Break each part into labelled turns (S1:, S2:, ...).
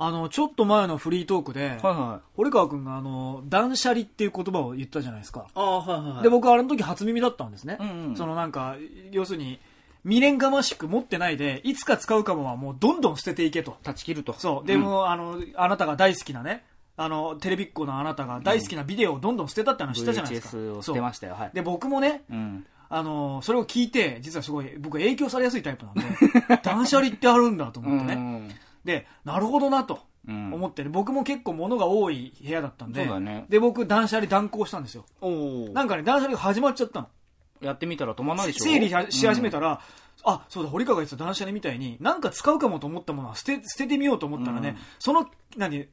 S1: あの、ちょっと前のフリートークで、
S2: はいはい。
S1: 堀川くんが、あの、断捨離っていう言葉を言ったじゃないですか。
S2: ああ、はいはい。
S1: で、、僕、あれの時初耳だったんですね。
S2: うんうん
S1: そのなんか、要するに、未練がましく持ってないで、いつか使うかもはもうどんどん捨てていけと。
S2: 断ち切ると。
S1: そう。で、もう、あの、あなたが大好きなね、あの、テレビっ子のあなたが大好きなビデオをどんどん捨てたって話したじゃないですか。
S2: VHS を捨てましたよ
S1: そう
S2: はい
S1: で、僕もね、
S2: うん。
S1: あの、それを聞いて、実はすごい、僕影響されやすいタイプなんで、断捨離ってあるんだと思ってね。
S2: うん
S1: で、なるほどなと
S2: うん
S1: 思ってね、僕も結構物が多い部屋だったんで、
S2: そうだね
S1: で、僕断捨離断行したんですよ。
S2: おお。
S1: なんかね、断捨離が始まっちゃったの。
S2: やってみたら止まんないでしょ
S1: 整理し始めたら、あ、そうだ、堀川が言ってた断捨離みたいに、なんか使うかもと思ったものは捨て、捨ててみようと思ったらね、
S2: うん
S1: その、何、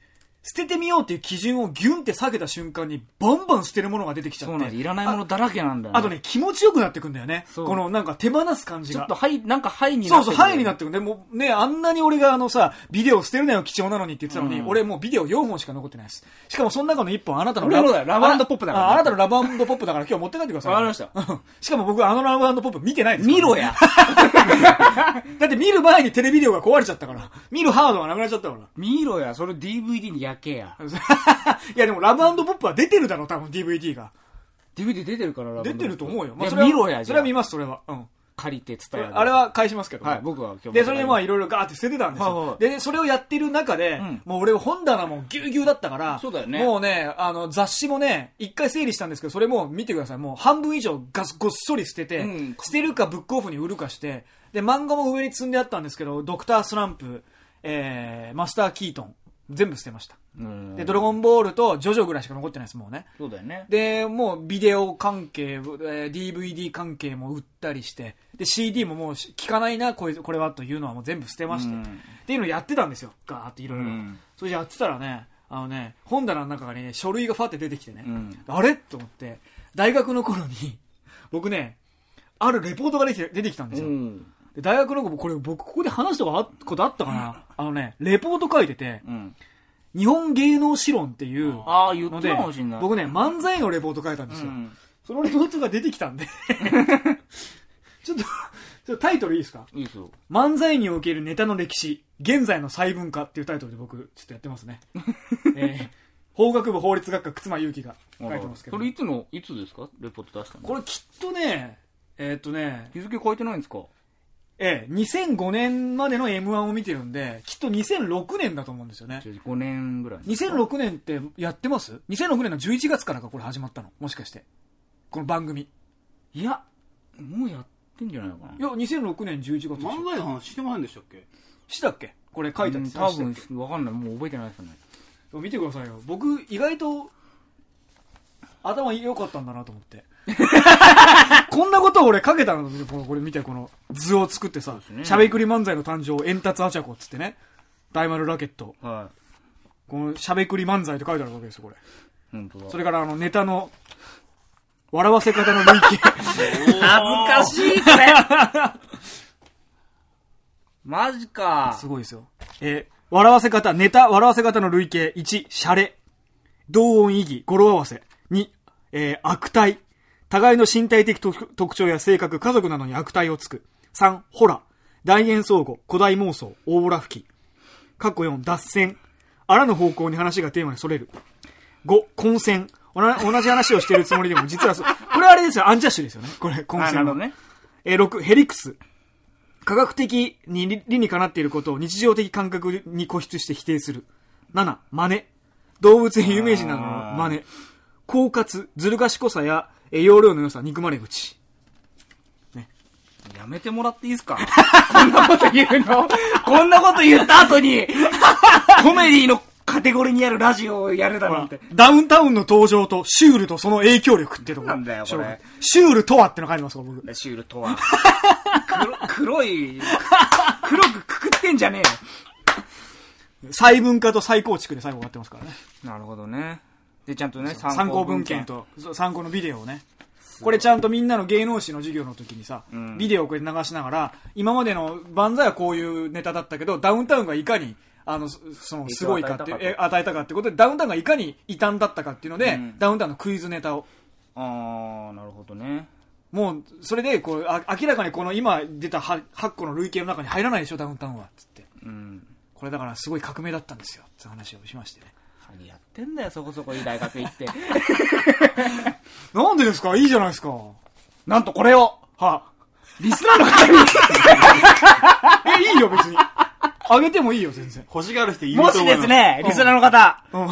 S1: 捨ててみようっていう基準をギュンって下げた瞬間に、バンバン捨てるものが出てきちゃって。
S2: そうなんです。いらないものだらけなんだよ。
S1: あと。ね、気持ちよくなってくんだよね。
S2: そう
S1: この、なんか手放す感じ
S2: ちょっ
S1: が
S2: と、。はい、なんか、はいにな
S1: そう
S2: って
S1: そう、
S2: る
S1: 範囲になってくるね。もうね、あんなに俺があのさ、ビデオ捨てるなよ貴重なのにって言ってたのに、
S2: うん
S1: 俺もうビデオ4本しか残ってないです。しかもその中の1本あなたの
S2: 俺のだよラブポップだから
S1: ああなたのラブポップだから今日持って帰ってください。
S2: わかりました
S1: うん。しかも僕あのラブポップ見てないですから
S2: 見ろや
S1: だって見る前にテレビデオが壊れちゃったから。見るハードがなくなっちゃったから。
S2: 見ろや、それ DVD に焼けや。
S1: いやでもラブポップは出てるだろ、多分 DVD が。
S2: DVD 出てるから、ラブ
S1: 出
S2: の
S1: てると思うよ。
S2: いや
S1: それは
S2: 見ろや、じ
S1: そ
S2: ゃ
S1: れ
S2: あ
S1: は見。ます、それは。うん。
S2: 借りて伝え
S1: あれ
S2: は、
S1: は返しますけども
S2: はい僕は今日
S1: でそれでまあいろいろガーって捨ててたんですよ、
S2: はいはい
S1: でそれをやってる中で、
S2: ん
S1: もう俺本棚もぎゅうぎゅうだったから
S2: そうだよね
S1: もうねあの雑誌もね一回整理したんですけどそれも見てくださいもう半分以上ガスごっそり捨てて、
S2: うん
S1: 捨てるかブックオフに売るかしてで漫画も上に積んであったんですけどドクタースランプ、えーマスター・キートン全部捨てました、
S2: うん
S1: でドラゴンボールとジョジョぐらいしか残ってないですもうね
S2: そうだよね。
S1: で、もうビデオ関係、えー DVD 関係も売ったりして、で、CD ももうし聞かないな、これこれはというのはもう全部捨てまして、
S2: うん
S1: っていうのをやってたんですよ。ガーっていろいろ
S2: うん。
S1: それでやってたらね、あのね、本棚の中にね、書類がファって出てきてね、
S2: うん
S1: あれと思って、大学の頃に、僕ね、あるレポートが出てき出てきたんです
S2: う
S1: よ。
S2: ん。
S1: で大学の頃、これ僕ここで話したことあったかな、あのね、レポート書いてて、
S2: うん。
S1: 日本芸能史論っていう、
S2: ああ、言
S1: の
S2: っ
S1: で
S2: てたかもしんない。
S1: 僕ね、漫才のレポート書いたんで
S2: う
S1: すよ。
S2: ん。
S1: そのレポートが出てきたんで ちょっと、ちょっとタイトルいいですか
S2: いいですよ。
S1: 漫才におけるネタの歴史、現在の細分化っていうタイトルで僕、ちょっとやってます ね。えー法学部法律学科、くつまゆうきが書いてますけど。
S2: それいつの、いつですかレポート出したの。
S1: これきっとね、えーっとね、
S2: 日付書いてないんですか
S1: ええ2005年までの M1 を見てるんで、きっと2006年だと思うんですよね。
S2: ?5 年ぐらい。
S1: 2006年ってやってます ?2006 年の11月からかこれ始まったの。もしかして。この番組。
S2: いや、もうやってんじゃないのかない
S1: や、2006年11月でしょ
S3: 漫才の話してませんでしたっけ
S1: したっけこれ書いた
S2: うん
S1: りさ
S2: 多
S1: したっ
S2: 分、わかんない。もう覚えてないですよね。
S1: け見てくださいよ僕意外と頭良かったんだなと思って こんなことを俺かけたのこのこれ見てこの図を作ってさ
S2: すね
S1: しゃべくり漫才の誕生円達アチャコっつってね大丸ラケット
S2: は
S1: このしゃべくり漫才って書いてあるわけですよこれ
S2: い。本当だ。
S1: それからあのネタの笑わせ方の類型
S2: 恥ずかしい、これ マジか
S1: す。ごいですよえー笑わせ方ネタ笑わせ方の類型1シャレ同音異義、語呂合わせ。2、えー悪態。互いの身体的特特徴や性格、家族などに悪態をつく。3、ホラ。大演奏語、古代妄想、大ボラ吹き。括弧4、脱線。あらぬ方向に話がテーマにそれる。5、混戦。おな同じ話をしているつもりでも、実はそ、これはあれですよ、アンジャッシュですよね。これ、混
S2: あな
S1: 戦
S2: る
S1: は。
S2: ほどね。
S1: えー6、ヘリクス。科学的に理理にかなっていることを日常的感覚に固執して否定する。7、真似。動物園有名人などの真似。狡猾、ずる賢さや、えー容量の良さ、憎まれ口。
S2: やめてもらっていいですかこんなこと言うの こんなこと言った後に、 コメディのカテゴリーにあるラジオをやるだなんて。
S1: ダウンタウンの登場と、シュールとその影響力っていうところ。
S2: なんだよこれ
S1: シュールとはっての書いてますから、僕。
S2: シュールとは。黒、黒い、黒くくくってんじゃね
S1: 細分化と再構築で最後終わってますからね。
S2: えよ。なるほどね。で、ちゃんとね、
S1: 参考文献。とそう参考のビデオをねこれちゃんとみんなの芸能史の授業の時にさ、
S2: ん
S1: ビデオをこれ流しながら今までの万歳はこういうネタだったけどダウンタウンがいかにあのそそのすごいかって
S2: 影響を与
S1: え与え
S2: えたかと
S1: たかってことでダウンタウンがいかに異端だったかっていうので、
S2: うん
S1: ダウンタウンのクイズネタを
S2: あー、なるほどね。
S1: もうそれでこうあ明らかにこの今出た 8, 個の累計の中に入らないでしょダウンタウンはつって
S2: うん。
S1: これだからすごい革命だったんですよ。って話をしましてね。
S2: 何やってんだよ、そこそこいい大学行って。
S1: なんでですかいいじゃないですか。
S2: なんとこれを、
S1: は
S2: リスナーの方に、
S1: い。え、いいよ、別に。あげてもいいよ、全然。
S3: 欲しがる人いると思
S2: も
S3: う。
S2: しです。ね、
S1: うん
S2: リスナーの方、
S1: うん。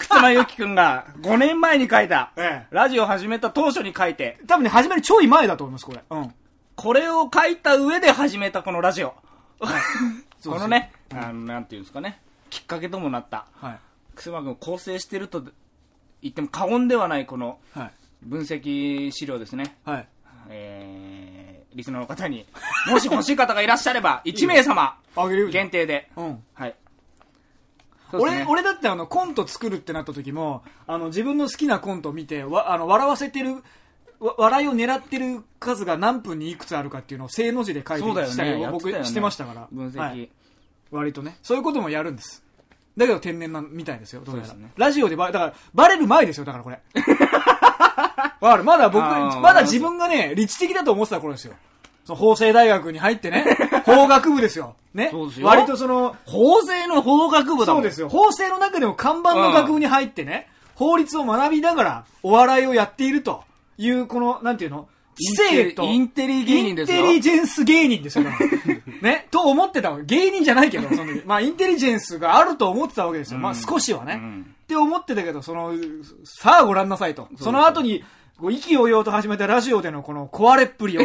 S2: 靴間ゆきくんが5年前に書いた、
S1: ええ
S2: ラジオ始めた当初に書いて、
S1: 多分ね、始めるちょい前だと思います、これ。うん。
S2: これを書いた上で始めたこのラジオ。
S1: う
S2: このね、あの、なんていうんですかね、きっかけともなった、
S1: はい。
S2: くすまくん構成してると言っても過言ではないこの
S1: はい。
S2: 分析資料ですね。
S1: はい。
S2: えー、リスナーの方に、もし欲しい方がいらっしゃれ ば、1名様、
S1: あげるよ。
S2: 限定で。
S1: うん。
S2: はい。そうです
S1: 俺、
S2: ね、
S1: 俺だってあの、コント作るってなった時も、あの、自分の好きなコントを見て、わ、あの、笑わせてる、わ笑いを狙ってる数が何分にいくつあるかっていうのを正の字で書いて
S2: そうだよ
S1: した
S2: ね。
S1: り
S2: や
S1: を
S2: って
S1: 僕
S2: たよね
S1: してましたから。
S2: 分析。
S1: はい割とね。そういうこともやるんです。だけど天然な、みたいですよ、どうやら。
S2: そうですね
S1: ラジオでば、だから、バレる前ですよ、だからこ れ。わかる。まだ僕、
S2: あー
S1: まだ自分がね、理知的だと思ってた頃ですよ。その法政大学に入って ね、法学部ですよ。ね。
S2: そうですよ
S1: 割とその、
S2: 法制の法学部だ
S1: そ
S2: も。
S1: うんですよ。法制の中でも看板の学部に入ってね、法律を学びながら、お笑いをやっているという、この、なんていうの知性と。
S2: インテリ芸人ですよ
S1: インテリジェンス芸人です よ。だからね。と思ってたわけ。芸人じゃないけど、その時。まあ、インテリジェンスがあると思ってたわけですよ。まあ、少しはね。
S2: ん
S1: って思ってたけど、その、さあご覧なさいと。その後に、こう意気揚々と始めたラジオでのこの壊れっぷりを。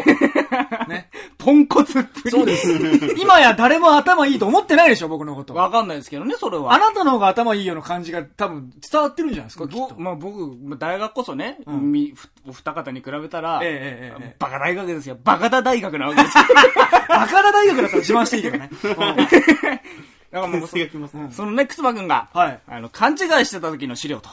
S1: ね。
S2: ポンコツっぷり。 そうです。
S1: 今や誰も頭いいと思ってないでしょ、僕のこと。
S2: わかんないですけどね、それは。
S1: あなたの方が頭いいよの感じが多分伝わってるんじゃないですか、きっ
S2: ぼ
S1: と。
S2: まあ、僕、まあ大学こそね、
S1: ん
S2: みふお二方に比べたら、
S1: ええええええ
S2: バカ大学ですよ。バカだ大学なわ けですよ。
S1: 赤田大学だったら自慢していいけ どね。
S2: だからもうそ
S3: 手が来ますね。
S2: そのね、くつばくんが、
S1: はい
S2: あの、勘違いしてた時の資料と。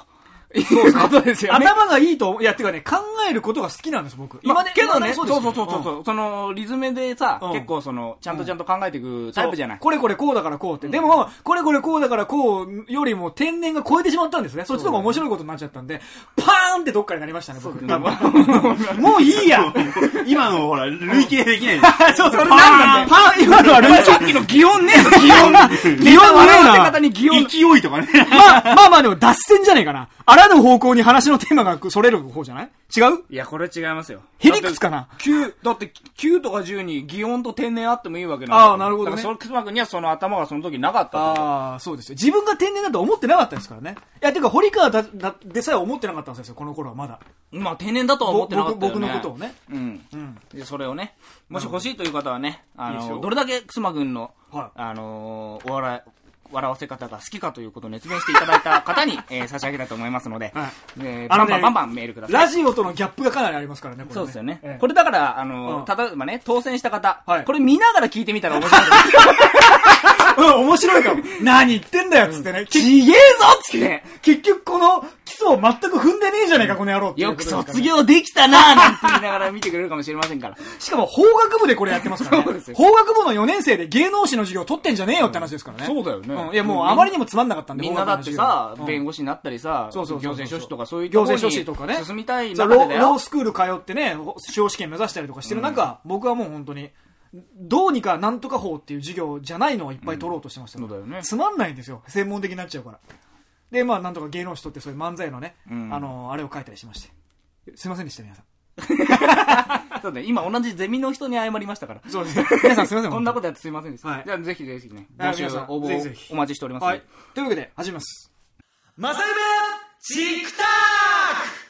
S2: そう いうことですよね。
S1: 頭がいいと、いや、っていうかね、考えることが好きなんです、僕。
S2: まあ
S1: ね
S2: けど
S1: 未だ
S2: ね、
S1: に
S2: そう
S1: です
S2: そ
S1: よ
S2: うそうそうそう、その、リズムでさ、
S1: うん
S2: 結構その、ちゃんとちゃんと考えていくタイプじゃない。
S1: これこれこうだからこうって。でも、これこれこうだからこうよりも天然が超えてしまったんですね。そっちの方が面白いことになっちゃったんで、パーンってどっかになりましたね、僕。
S2: そうだね
S1: 多 分もういいや
S3: 今のほら、累計できない。
S1: そうそう、
S2: れなんだね
S1: パーン今のはルー
S2: さっきの擬音ね、擬音。
S1: 擬音ねえ
S2: 笑わせ
S1: な
S2: 方に擬音。
S3: 勢いとかね。
S1: まあ、まあまあでも脱線じゃねえかな。あらぬ方向に話のテーマがそれる方じゃない違う
S2: いや、これ違いますよ。
S1: へりくつかな
S2: 9、だって9とか10に擬音と天然あってもいいわけなん
S1: あーなるほどね
S2: だからその、くつまくんにはその頭がその時なかったと。
S1: ああ、そうですよ。自分が天然だと思ってなかったですからね。いや、てか、堀川だだでさえ思ってなかったんですよ、この頃はまだ。
S2: まあ、天然だとは思ってなかったよ、
S1: 僕
S2: ね。
S1: 僕のことをね。
S2: うん。
S1: うん。
S2: で、それをね、もし欲しいという方はね、あ
S1: いいです
S2: の、
S1: よ
S2: どれだけくすまくんの、
S1: はい
S2: あのーお笑い、笑わせ方が好きかということを熱弁していただいた方 に、えー差し上げたいと思いますので、
S1: はい
S2: えー
S1: あ
S2: バ
S1: の
S2: ン
S1: ね
S2: バンバンバンメールくださ
S1: ラ
S2: い。
S1: ジオとのギャップがかなりありますからね、これ、
S2: そうですよね。
S1: ええ
S2: これだから、あのー例えばね、当選した方、
S1: はい
S2: これ見ながら聞いてみたら面白い です。
S1: うん、 面白いかも。何言ってんだよ、つってね。
S2: ち
S1: き
S2: げえぞっつって。
S1: 結局、この基礎を全く踏んでねえじゃねえか、この野郎っていう
S2: よ
S1: こ
S2: く
S1: とですからね
S2: 卒業できたなぁなんて言いながら見てくれるかもしれませんから。
S1: しかも、法学部でこれやってますから
S2: そう
S1: ね
S2: です。よ
S1: 法学部の4年生で芸能史の授業取ってんじゃねえよって話ですからね。
S2: そうだよね
S1: んいや、もうあまりにもつまんなかったんで、
S2: みんなだってさ、弁
S1: 護
S2: 護士になったりさ、
S1: そうそうそうそう
S2: 行政書士とかそういう
S1: 行
S2: ところ
S1: 政
S2: に
S1: 書士とかね。
S2: 進みたい
S1: そう
S2: 中
S1: ロ
S2: でだ
S1: ーロー
S2: よ。
S1: スクール通ってね、司法試験目指したりとかしてる中、僕はもう本当に、どうにかなんとか法っていう授業じゃないのをいっぱい取ろうとしてましたから、
S2: そうだよね
S1: つまんないんですよ。専門的になっちゃうから。で、まあ、なんとか芸能史取ってそういう漫才のね、
S2: ん
S1: あの、あれを書いたりしまして。すいませんでした、皆さん。
S2: そうだね今同じゼミの人に謝りましたから。
S1: そう です。皆さんすいません。
S2: こんなことやってすいませんでした。
S1: はい
S2: じゃあぜひぜひね、
S1: あ
S2: 募集
S1: 皆さん
S2: 応
S1: ぜひぜひ
S2: 募お待ちしておりますの
S1: は
S2: で
S1: い。というわけで、始めます。
S3: マサイブチクタ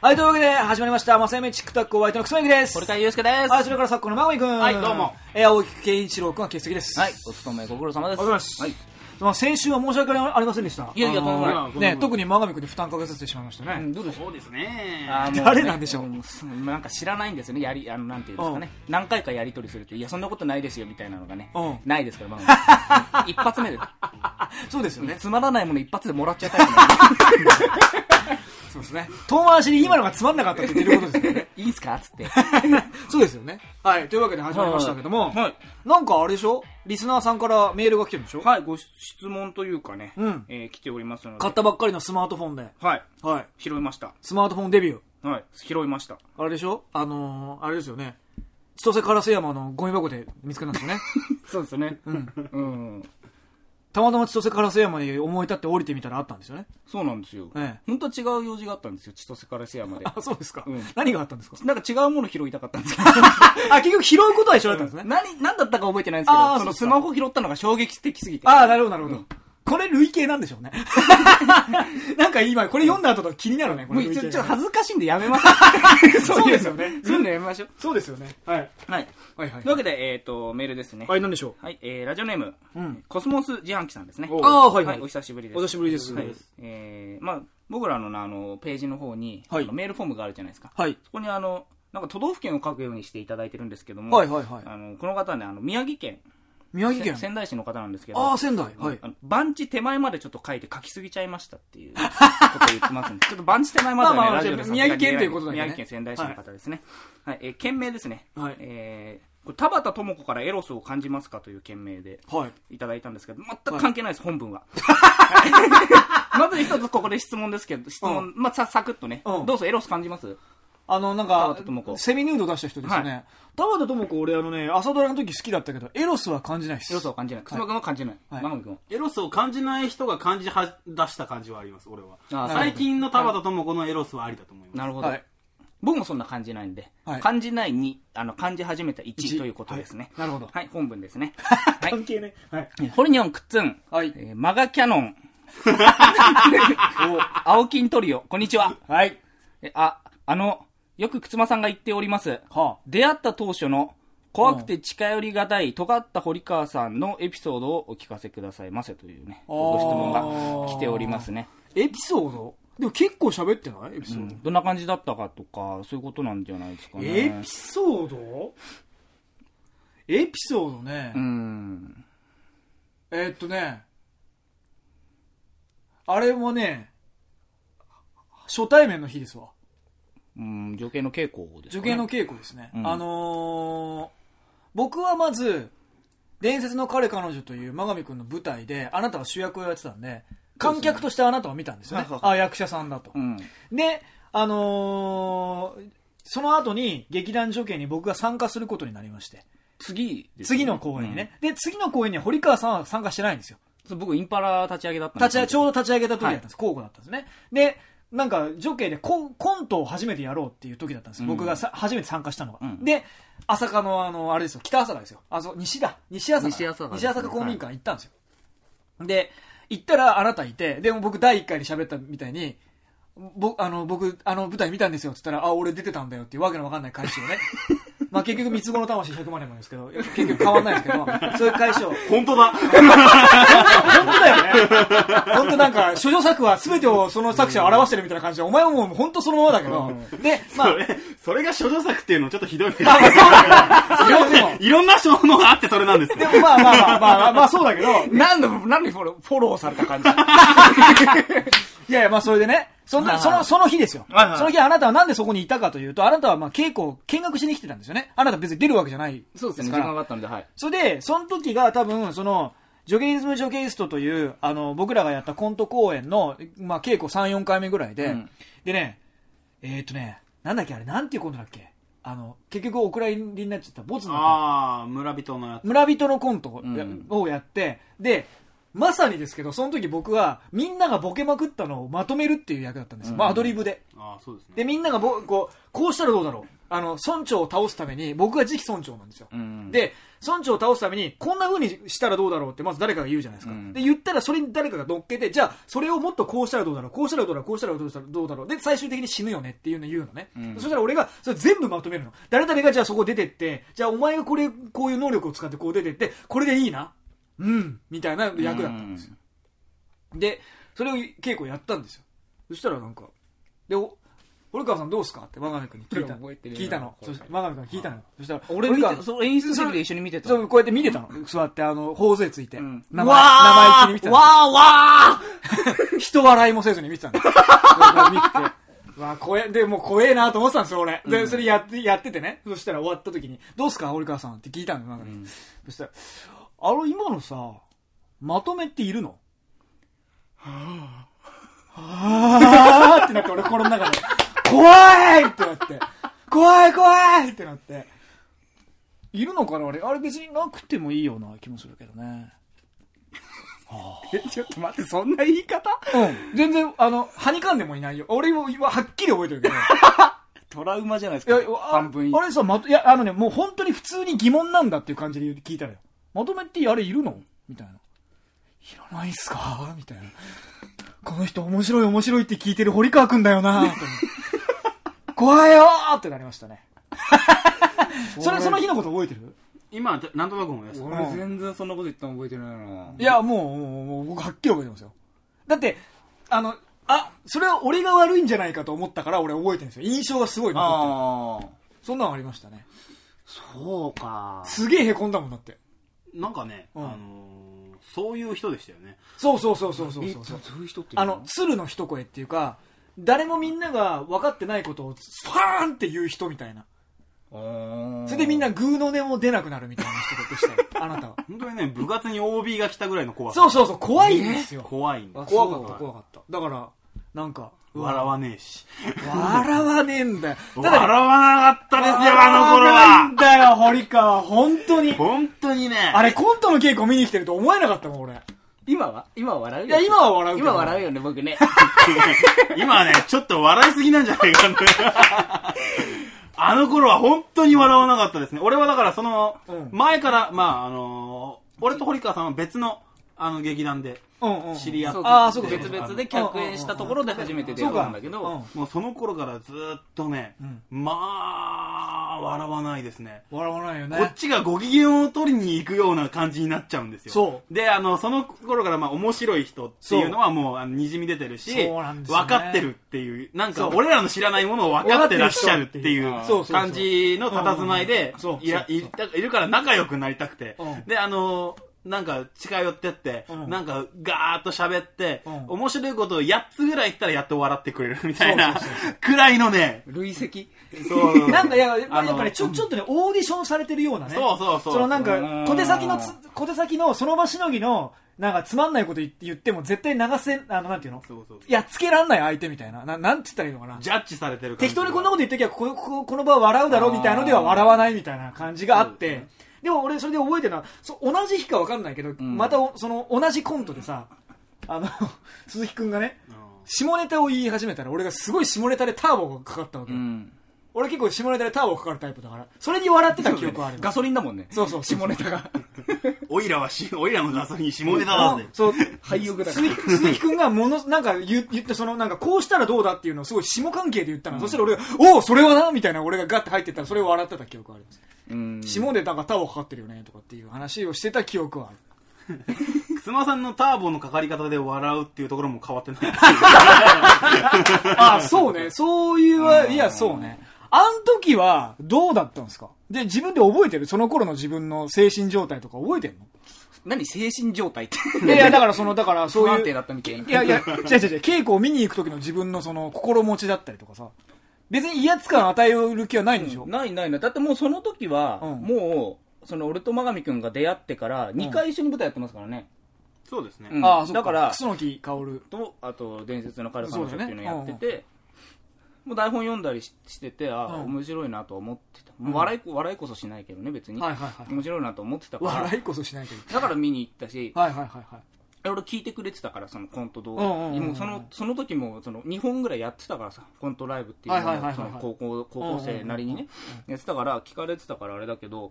S1: はい、というわけで、始まりました。マサイメチックタックお相手のくすまゆきです。
S2: 堀川祐介です。
S1: はい、それから昨今のまごみくん。
S2: はいどうも。
S1: えー、青木健一郎くんは欠席です。
S2: はい。お勤めご苦労
S1: あ
S2: 様です。
S1: りがとうございます
S2: はい。
S1: まあ、先週は申し訳ありませんでした。
S2: いやいや
S1: あの
S2: とんでもないとんでもない
S1: ね、特に真上君に負担かけさせてしまいましたね。
S2: うんどうでしょう
S3: そうですね。
S2: あーもう ね
S1: 誰なんでしょう
S2: うんなんか知らないんですよね。やり、あの、なんていうんですかね。何回かやり取りすると、いや、そんなことないですよ、みたいなのがね
S1: うん。
S2: ないですから、まあ。一発目で。
S1: そうですよね。
S2: つまらないもの一発でもらっちゃったよね。
S1: そうですね。遠回しに今のがつまんなかったって言ってることですよね。
S2: いいんすかつって。
S1: そうですよね。はい。というわけで始まりましたけども、
S2: はいはい
S1: なんかあれでしょリスナーさんからメールが来てるんでしょ、
S2: はい、ご質問というかね、
S1: うん
S2: えー来ておりますので。
S1: 買ったばっかりのスマートフォンで。
S2: はい、
S1: はい。
S2: 拾いました。
S1: スマートフォンデビュー。
S2: はい、拾いました。
S1: あれでしょあのー、あれですよね。千歳烏山のゴミ箱で見つけたんですよ ね。
S2: そうですね。 うん。うん。
S1: たまたま千歳烏山に思い立って降りてみたらあったんですよね。
S2: そうなんですよ。
S1: ええ
S2: 本当は違う用事があったんですよ、千歳から瀬山で。
S1: あ、そうですか。
S2: うん
S1: 何があったんですか
S2: なんか違うもの拾いたかったんで すけ
S1: あ、結局拾うことは一緒だったんです
S2: ど、
S1: ね。
S2: 何、何だったか覚えてないんですけ
S1: あー
S2: ど、そ
S1: そう
S2: の
S1: ですか
S2: スマホ拾ったのが衝撃的すぎて。
S1: ああ、なるほど、なるほど。これ累計なんでしょ うね。なんか今、これ読んだ後とか気になるね、こ
S2: も
S1: れ
S2: うちょ
S1: 累
S2: ちょ
S1: 計
S2: っと恥ずかしいんでや めます
S1: そうですよね
S2: そういうのやめましょう。
S1: そうですよね。はい。
S2: はい。
S1: はいはい
S2: というわけで、えっ、と、メールですね。
S1: は、
S2: はいい。
S1: 何でしょ
S2: えー、ラジオネーム、
S1: ん
S2: コスモス自販機さんですね。
S1: う。ああー、はいは
S2: はいい、お。久しぶりです。
S1: お久しぶりです
S2: はい。えー、まあ、僕らのなあの、ページの方に、
S1: はい
S2: あのメールフォームがあるじゃないですか。
S1: はい。
S2: そこにあの、なんか都道府県を書くようにしていただいてるんですけども、
S1: はいはいはい
S2: あのこの方はね、あの、宮城県、
S1: 宮城
S2: せ
S1: 県。
S2: 仙台市の方なんですけど、
S1: ああ、仙台。はい
S2: あ。の番地手前までちょっと書いて書きすぎちゃいましたっていうことを言っ てますんで、ちょっと番地手前まではね、
S1: まあまあ
S2: ラジオでさすがに
S1: 宮城県ということだけどね
S2: 宮城県仙台市の方ですね。はい、えー県名ですね。
S1: はい
S2: えーこれ田畑智子からエロスを感じますかという県名で。
S1: はい。
S2: いただいたんですけど、全く関係ないです、本文は。 まず一つここで質問ですけど、質問、まあ、さ、サクッとね。
S1: うん
S2: どうぞエロス感じます
S1: あの、なん
S2: 田
S1: か
S2: 畑智、子
S1: セミヌード出した人ですよ
S2: は
S1: ね。田畑智子、俺あのね、朝ドラの時好きだったけど、エロスは感じないっす。
S2: エロスを感じない。くすまくんは感じない。
S1: はい
S2: まもみくんは。
S3: エロスを感じない人が感じは出した感じはあります、俺は。
S2: あー
S3: 最近の田畑智子のエロスはありだと思います。
S2: なるほど。
S1: はい。
S2: 僕もそんな感じないんで、
S1: はい
S2: 感じないに、あの、感じ始めた
S1: 一
S2: 1ということですね。
S1: はいなるほど
S2: はい、本文で すね。はい。
S1: 係ね。はい。
S2: ホルニョンくっつん。
S1: はい
S2: えーマガキャノン。青金トリオ、こんにちは。
S1: はい。
S2: えあ、あの、よくくつまさんが言っております。
S1: は
S2: 出会った当初の怖くて近寄りがたい、尖った堀川さんのエピソードをお聞かせくださいませというね、ご質問が来ておりますね。
S1: あ。エピソードでも結構喋ってないエピソード。
S2: どんな感じだったかとか、そういうことなんじゃないですか
S1: エ
S2: ね
S1: ピ。ソードエピソードね、
S2: うん。
S1: えーっとねあれもね初対面の日ですわ
S2: うん、女系の傾向です
S1: 受
S2: かね。
S1: 験の稽古ですね、
S2: うん
S1: あのー僕はまず「伝説の彼彼女」という真上君の舞台であなたは主役をやってたんで観客としてあなたを見たんですよね
S2: はいはいは
S1: あ役者さんだと、
S2: うん。
S1: で、あのーその後に劇団助演に僕が参加することになりまして
S2: 次ですね
S1: 次の公演にね、。で、次の公演には堀川さんは参加してないんですよ。
S2: うんそう僕、インパラ立ち上げだったん
S1: 立 ち上げ、ちょ
S2: う
S1: うど立ち上げた時だったんです。交互だったんですね。で、なんか、ジョケでココントを初めてやろうっていう時だったんですよ。
S2: うん
S1: 僕がさ初めて参加したのが。
S2: うん
S1: で、朝霞の、あの、あれですよ、北朝霞ですよ。あ、そう、西だ。西朝霞。
S2: 西朝霞
S1: 西朝霞公民館行ったんですよ。で、行ったらあなたいて、でも僕第一回で喋ったみたいに、僕、あの、僕、あの、舞台見たんですよって言ったら、あ、俺出てたんだよっていうわけのわかんない返しをね。 まあ結局、三つ子の魂100万円もですけど、結局変わんないですけど、そういう返しを。
S3: 本当だ
S1: 本当だよね。本当なんか、諸女作は全てをその作者を表してるみたいな感じで、お前はもう本当そのままだけど。で、まあ
S3: そ、れ、 それが処女作っていうのちょっとひどいけ ど。
S1: まあまあそうだけど、そうだけど、
S3: いろんなものがあってそれなんです
S1: で
S3: よ。
S1: もまあまあまあまあまあ、まあそうだけど、
S2: なんで、なんでフォローフォローされた感じ
S1: いやいや、まあそれでね、そん
S2: は
S1: な、
S2: い
S1: その、その日ですよ。
S3: はいはい
S1: その日あなたはなんでそこにいたかというと、あなたはまあ稽古を見学しに来てたんですよね。あなた別に出るわけじゃない。
S2: そう ですね、時
S1: から
S2: 間があったので、はい。
S1: それで、その時が多分、その、ジョゲイズムジョゲイストという、あの、僕らがやったコント公演の、まあ、稽古3、4回目ぐらいで、
S2: うん
S1: でね、えーっとね、なんだっけあれ、なんていうコントだっけあの、結局お蔵入りになっちゃった、ボツの
S3: ああ、村人のやつ。
S1: 村人のコントを,、
S2: うん
S1: をやって、で、まさにですけど、その時僕は、みんながボケまくったのをまとめるっていう役だったんですよ。まあ、アドリブで。
S3: ああ、そうですね。
S1: で、みんながぼ、こう、こうしたらどうだろう。あの、村長を倒すために、僕が次期村長なんですよ。
S2: うん。
S1: で、村長を倒すために、こんな風にしたらどうだろうって、まず誰かが言うじゃないですか。
S2: うん
S1: で、言ったら、それに誰かが乗っけて、じゃあ、それをもっとこうしたらどうだろう、こうしたらどうだろう、こうしたらどうだろう、どうだろう。で、最終的に死ぬよねっていうのを言うのね。
S2: ん
S1: そしたら俺が、それ全部まとめるの。誰々が、じゃあそこ出てって、じゃあお前がこれ、こういう能力を使ってこう出てって、これでいいな。うん。みたいな役だったんですよ。で、それを稽古やったんですよ。そしたらなんか、で、お堀川さんどうすかって真壁君に聞いたの。
S2: 覚えてねえな
S1: 聞いたの。そして真壁君に聞いたのよ。そしたら、
S2: 俺
S1: 堀
S2: 見
S1: 川
S2: て、そう、演出席で一緒に見てた。
S1: そう、こうやって見てたの。座って、あの、頬杖ついて。
S2: ん
S1: 生
S2: うわ
S1: 生意
S2: ー
S1: 気に見てたの
S2: わーわ
S1: 人笑いもせずに見てたん です。それから見てて。わあ、怖え、で、もう怖えなと思ってたんですよ、俺。で、それやって、やっててね。そしたら終わった時に、どうすか、堀川さんって聞いたのよ、なんかねそしたら、あの、今のさ、まとめっているのはぁ、はぁーってなって、俺心の中で、怖いってなって、怖い怖いってなって、いるのかな、俺。あれ別になくてもいいような気もするけどね。
S2: ーちょっと待って、そんな言い方
S1: うん。全然、あの、はにかんでもいないよ。俺も、ははっきり覚えて るけど。
S2: トラウマじゃない
S1: いや
S2: ですか。、半分以上
S1: あ。れさ、まと、いや、あのね、もう本当に普通に疑問なんだっていう感じで聞いたのよ。まとめってあれいるのみたいな。いらないっすかみたいな。この人面白い面白いって聞いてる堀川くんだよ なと思って怖いよーってなりました ね。それ、その日のこと覚えてる
S3: 今はなんとなく思い出した。
S1: 俺
S2: 全然そんなこと言ったの覚えてないない
S1: や、もう、もうもう僕はっきり覚えてますよ。だって、あの、あ、それは俺が悪いんじゃないかと思ったから俺覚えてるんですよ。印象がすごい残ってる。
S2: ああ。
S1: そんなのありましたね。
S3: そうか。
S1: すげえ凹んだもんだって。
S3: なんかね、
S1: うん
S3: あのーそういう人でしたよね。
S1: そうそうそうそうそう
S2: え、
S1: そう
S2: そ
S1: そう
S2: う。いう人っている
S1: あの、鶴の一声っていうか、誰もみんなが分かってないことをスパーンって言う人みたいな。
S2: ああ
S1: それでみんなグーの音も出なくなるみたいな人でしたよ。あなたは。
S3: 本当にね、部活に OB が来たぐらいの怖さ。
S1: そうそうそう、怖いんですよ。
S3: 怖いんだ
S2: あ。
S1: 怖かった、
S2: そう
S1: 怖かった。だから、なんか、
S3: 笑わねえし。
S1: 笑わねえんだよ。ただね、
S3: 笑わなかったですよ、あの
S1: 笑わな
S3: 頃
S1: い
S3: は
S1: ん。だよ、堀川、本当に。
S3: 本当にね。
S1: あれ、コントの稽古見に来てると思えなかったもん、俺。
S2: 今は今は笑う
S1: い
S2: い
S1: や、今は笑うけど。
S2: 今笑うよね、僕ね。
S3: 今はね、ちょっと笑いすぎなんじゃない かな。あの頃は本当に笑わなかったですね。俺はだからその
S1: うん、
S3: 前から、まああのー、俺と堀川さんは別の、あの劇団で、
S1: うんうんうん。
S3: 知り合っ
S2: そう
S1: あーそうか
S2: 別々で客演したところで初めて出会うんだ
S1: そ
S2: け
S1: う
S2: ど
S1: か、
S3: もうその頃からずっとね、
S1: ん
S3: まあ、笑わないですね。
S1: 笑わないよ
S3: こっ
S1: ね。
S3: ちがご機嫌を取りに行くような感じになっちゃうんですよ。
S1: そ
S3: で、あの、その頃から、まあ、面白い人っていうのはもう、あの、滲み出てるし、
S1: そうなんですよね
S3: 分かってるっていう、なん
S1: そ
S3: か、
S1: う
S3: 俺らの知らないものを分かってらっしゃるってい
S1: 分
S3: う
S1: かってる人っていう
S3: 感じの佇まいで
S1: そうそうそう、
S3: いや、いたいるから仲良くなりたくて
S1: うん、
S3: で、あの、なんか近寄ってって、
S1: うん
S3: なんかガーッと喋って、
S1: うん
S3: 面白いことを8つぐらい言ったらやっと笑ってくれるみたい
S1: そ
S3: な
S1: うそうそ
S3: くらいのね、
S2: 累積
S3: そう
S1: なんか、いや、やっ
S3: あの
S1: ぱりちょ、ちょっとね、オーディションされてるようなね。
S3: そうそうそう
S1: そのなんか
S2: うーん、
S1: 小手先のつ、小手先の、その場しのぎの、なんかつまんないこと言って言っても絶対流せ、あの、なんていうの
S3: そうそう
S1: やっつけらんない相手みたいな。ななんつったらいいのかな。
S3: ジャッジされてる感
S1: 適
S3: じ
S1: 当にこんなこと言ってきゃ、この、ここの場は笑うだろうみたいのでは笑わないみたいな感じがあっ
S3: そうです
S1: て。でも俺それで覚えてるのは、そ同じ日かわかんないけど、
S2: ん
S1: またおその同じコントでさ、あの、 鈴木くんがね、
S3: うん
S1: 下ネタを言い始めたら俺がすごい下ネタでターボがかかったわけ
S2: う
S1: よ。
S2: ん。
S1: 俺結構下ネタでターボかかるタイプだから、それに笑ってた記憶はある。
S2: ガソリンだもんね。
S1: そうそう
S2: 下ネタが。
S3: おいらはし、 おいらのガソリン下ネタだぜ。
S1: そう、
S2: 廃屋だか
S1: 鈴
S2: ら
S1: 木鈴木くんがもの、なんか言言って、その、なんかこうしたらどうだっていうのをすごい下関係で言ったの。そしたら俺が、おお、それはなみたいな俺がガッて入ってったらそれを笑ってた記憶はあります。
S2: うん。
S1: 下でなんかターボかかってるよねとかっていう話をしてた記憶 はある。
S3: つまさんのターボのかかり方で笑うっていうところも変わってない。
S1: あ、そうね。そういうわ、いや、そうね。あん時はどうだったんですかで、自分で覚えてるその頃の自分の精神状態とか覚えてるの
S2: 何精神状態って。
S1: いやいや、だからその、だからそう
S2: 不
S1: い
S2: 安
S1: う
S2: 定。だったみたいに。
S1: いやいや、違う違う違う、稽古を見に行く時の自分のその心持ちだったりとかさ、別に威圧感与える気はないんでしょ、
S2: ないないない。だってもうその時は、
S1: うん
S2: もう、その俺と真上くんが出会ってから、2回一緒に舞台やってますからね。
S3: そうですね。
S2: うん
S1: ああ、そっ
S2: だから
S1: 楠木薫。
S2: と、あと、伝説の彼
S1: そ
S2: 彼
S1: う
S2: 女
S1: だ
S2: っ
S1: よ
S2: て
S1: ね
S2: いうのをやってて、もう台本読んだりししてて、ああ、
S1: うん
S2: 面白いなと思ってた。もう笑いこ、笑いこそしないけどね、別に。
S1: はいはいはい
S2: 面白いなと思ってたから。
S1: 笑いこそしないけど。
S2: だから見に行ったし、
S1: はいはいはいはい。
S2: 俺聞いてくれてたから、そのコント動画。
S1: うんうんうんうん
S2: もうその、その時も、その、2本ぐらいやってたからさ、コントライブっていうのを
S1: はいはいはいはい
S2: その高校、高校生なりにね、やってたから、聞かれてたからあれだけど、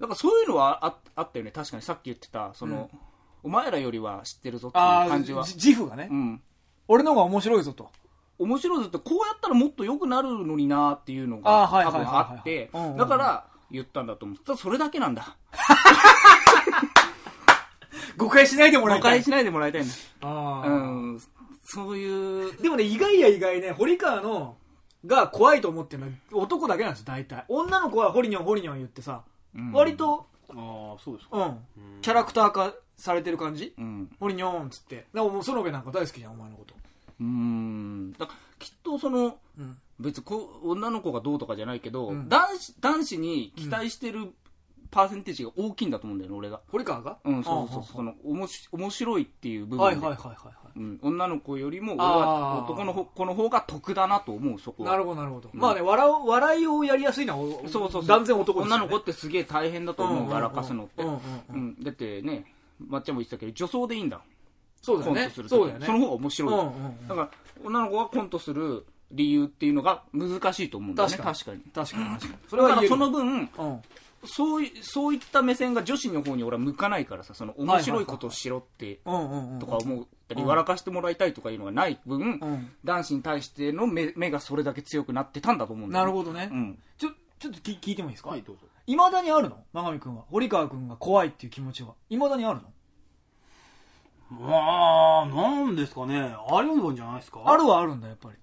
S2: だからそういうのはああったよね、確かにさっき言ってた、その、お前らよりは知ってるぞって
S1: あ
S2: い
S1: あ、
S2: う感じは。
S1: じ自負がね、
S2: うん。
S1: 俺の方が面白いぞと。
S2: 面白いぞってこうやったらもっと良くなるのになーっていうの
S1: あ
S2: が
S1: ーはい
S2: 多
S1: はいはい
S2: 分
S1: はい
S2: あって
S1: うんうんうん
S2: だから言ったんだと思うただそれだけなんだ
S1: 誤解しないでも
S2: 誤
S1: らいたい。
S2: 解しないでもらいたいんだ
S1: ああ、
S2: うんそういう、
S1: でもね、意外や意外ね、堀川の、が怖いと思ってるのは男だけなんですよ、大体。女の子はホリニョン、ホリニョン言ってさ、割と、
S3: ああ、そうですか。
S1: うん、キャラクター化されてる感じ、
S2: うん。
S1: ホリニョンっつって。でももう、園部なんか大好きじゃん、お前のこと。
S2: うん。だきっとその、
S1: うん。
S2: 別にこう女の子がどうとかじゃないけど、
S1: うん
S2: 男子男子に期待してるパーセンテージが大きいんだと思うんだよね、俺が。
S1: 堀川が
S2: うん、そうそうそう。そ
S1: あ
S2: の、おもし、面白いっていう部
S1: あは
S2: 分
S1: い
S2: で。
S1: はいはいはいは
S2: うん、女の子よりも、俺は
S1: あー
S2: 男の方子の方が得だなと思う、そこ
S1: い。
S2: は。
S1: なるほど、なるほど。まあね、笑う、笑いをやりやすいのはお、
S2: そうそうそう。
S1: 断然男ですよ
S2: 女
S1: ね
S2: の子ってすげえ大変だと思う、
S1: うん
S2: 笑かすのって。
S1: う
S2: うん
S1: うんうん
S2: ん
S1: うん
S2: だってね、まっちゃんも言ってたけど、女装でいいんだ。
S1: そうだ
S2: コ
S1: よ
S2: ント
S1: ね
S2: する。時
S1: そうだよね。
S2: その方が面白い。
S1: うんうんうん
S2: だから、女の子がコントする理由っていうのが難しいと思うんだよね、
S1: 確かに
S2: 確
S1: 確
S2: かに。
S1: かに確かに。そ
S2: そ
S1: れ
S2: れ
S1: は
S2: は
S1: 言える
S2: その分、
S1: うん。
S2: そうい、そういった目線が女子の方に俺は向かないからさ、その面白いことをしろって、
S1: うんうんうん。
S2: とか思ったり、
S1: うん
S2: 笑かしてもらいたいとかいうのがない分、
S1: うん
S2: 男子に対しての目目がそれだけ強くなってたんだと思うんだ
S1: な
S2: よ
S1: るほ
S2: ね
S1: どね。
S2: うん。
S1: ちょ、ちょっと聞聞いてもいいですか
S3: はい、どうぞ。
S1: いまだにあるの真上くんは。堀川くんが怖いっていう気持ちは。いまだにあるの
S3: まあ、なんですかね。あるんじゃないですか。
S1: あるはあるんだ、やっぱり。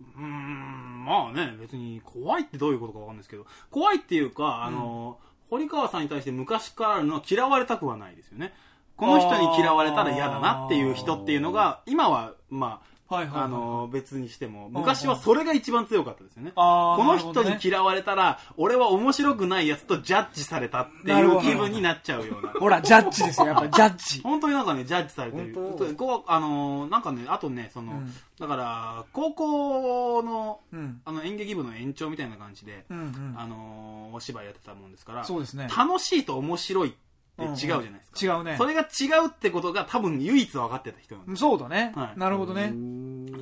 S3: うーん、まあね、別に怖いってどういうことかわかんないですけど、怖いっていうか、あの、堀川さんに対して昔からあるのは嫌われたくはないですよね。この人に嫌われたら嫌だなっていう人っていうのが、今は、ま
S1: はいはいはい
S3: あ、あの、別にしても、昔はそれが一番強かったですよね。
S1: あー
S3: この
S1: なるほど
S3: 人に
S1: ね
S3: 嫌われたら、俺は面白くないやつとジャッジされたって
S1: ないるほ
S3: う
S1: ど
S3: 気分になっちゃうような。
S1: ほら、ジャッジですよ、やっぱりジャッ ジ。
S3: 本当になんかね、ジャッジされてる。
S2: 本当
S3: こうあのーなんかね、あとね、その、
S1: うん
S3: だから、高校の、
S1: うん。
S3: あの演劇部の延長みたいな感じで、
S1: うんうん。
S3: あのーお芝居やってたもんですから、
S1: そうですね。
S3: 楽しいと面白いって違うじゃないですか。
S1: 違うね
S3: そ。れが違うってことが多分唯一分かってた人なんです。
S1: そうだね
S3: は。い
S1: なるほどね。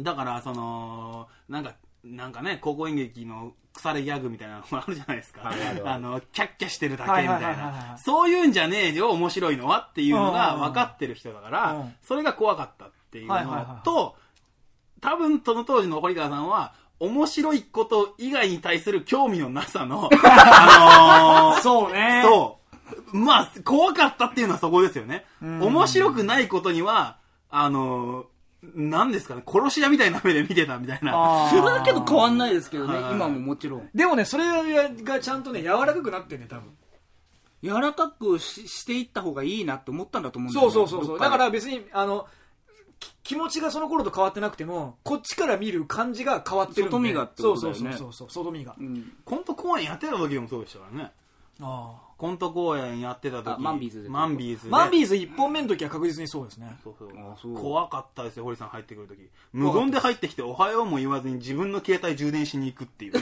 S3: だから、その、なんか、なんかね、高校演劇の腐れギャグみたいなのもあるじゃないですか。
S2: はいはいはい
S3: あの、キャッキャしてるだけみたい
S1: はいはいはいはい
S3: な。そういうんじゃねえよ、面白いのはっていうのが分かってる人だか
S1: うんうんうん
S3: ら、それが怖かったっていう
S1: はいはいはいは
S3: の
S1: い
S3: と、多分その当時の堀川さんは、面白いこと以外に対する興味のな さの、あのー
S1: そうね。
S3: そう。まあ、怖かったっていうのはそこですよね。
S1: ん
S3: 面白くないことには、あの、何ですかね、殺し屋みたいな目で見てたみたいな。
S1: あー
S2: それはけど変わんないですけどね、
S3: はい
S2: 今ももちろん。
S1: でもね、それがちゃんとね、柔らかくなってんね、多分。
S2: 柔らかくししていった方がいいなって思ったんだと思うんだ
S1: そう
S2: よね。
S1: そうそうそう。
S2: どっ
S1: だか
S2: で
S1: ら、別に、あの、き気持ちがその頃と変わってなくても、こっちから見る感じが変わってるんで。
S2: 外見がってことだよね
S1: そうそうそうそう、外見が。
S2: うん。
S3: コント公演やってた時でもそうでしたからね。
S1: ああ。
S3: コント公演やってた時。
S2: あマンビーズで
S3: マンビーズで。
S1: マンビーズ1本目の時は確実にそうですね。
S3: そうそう
S2: あそう
S3: 怖かったですよ、堀さん入ってくる時。無言で入ってきて、おはようも言わずに自分の携帯充電しに行くっていう。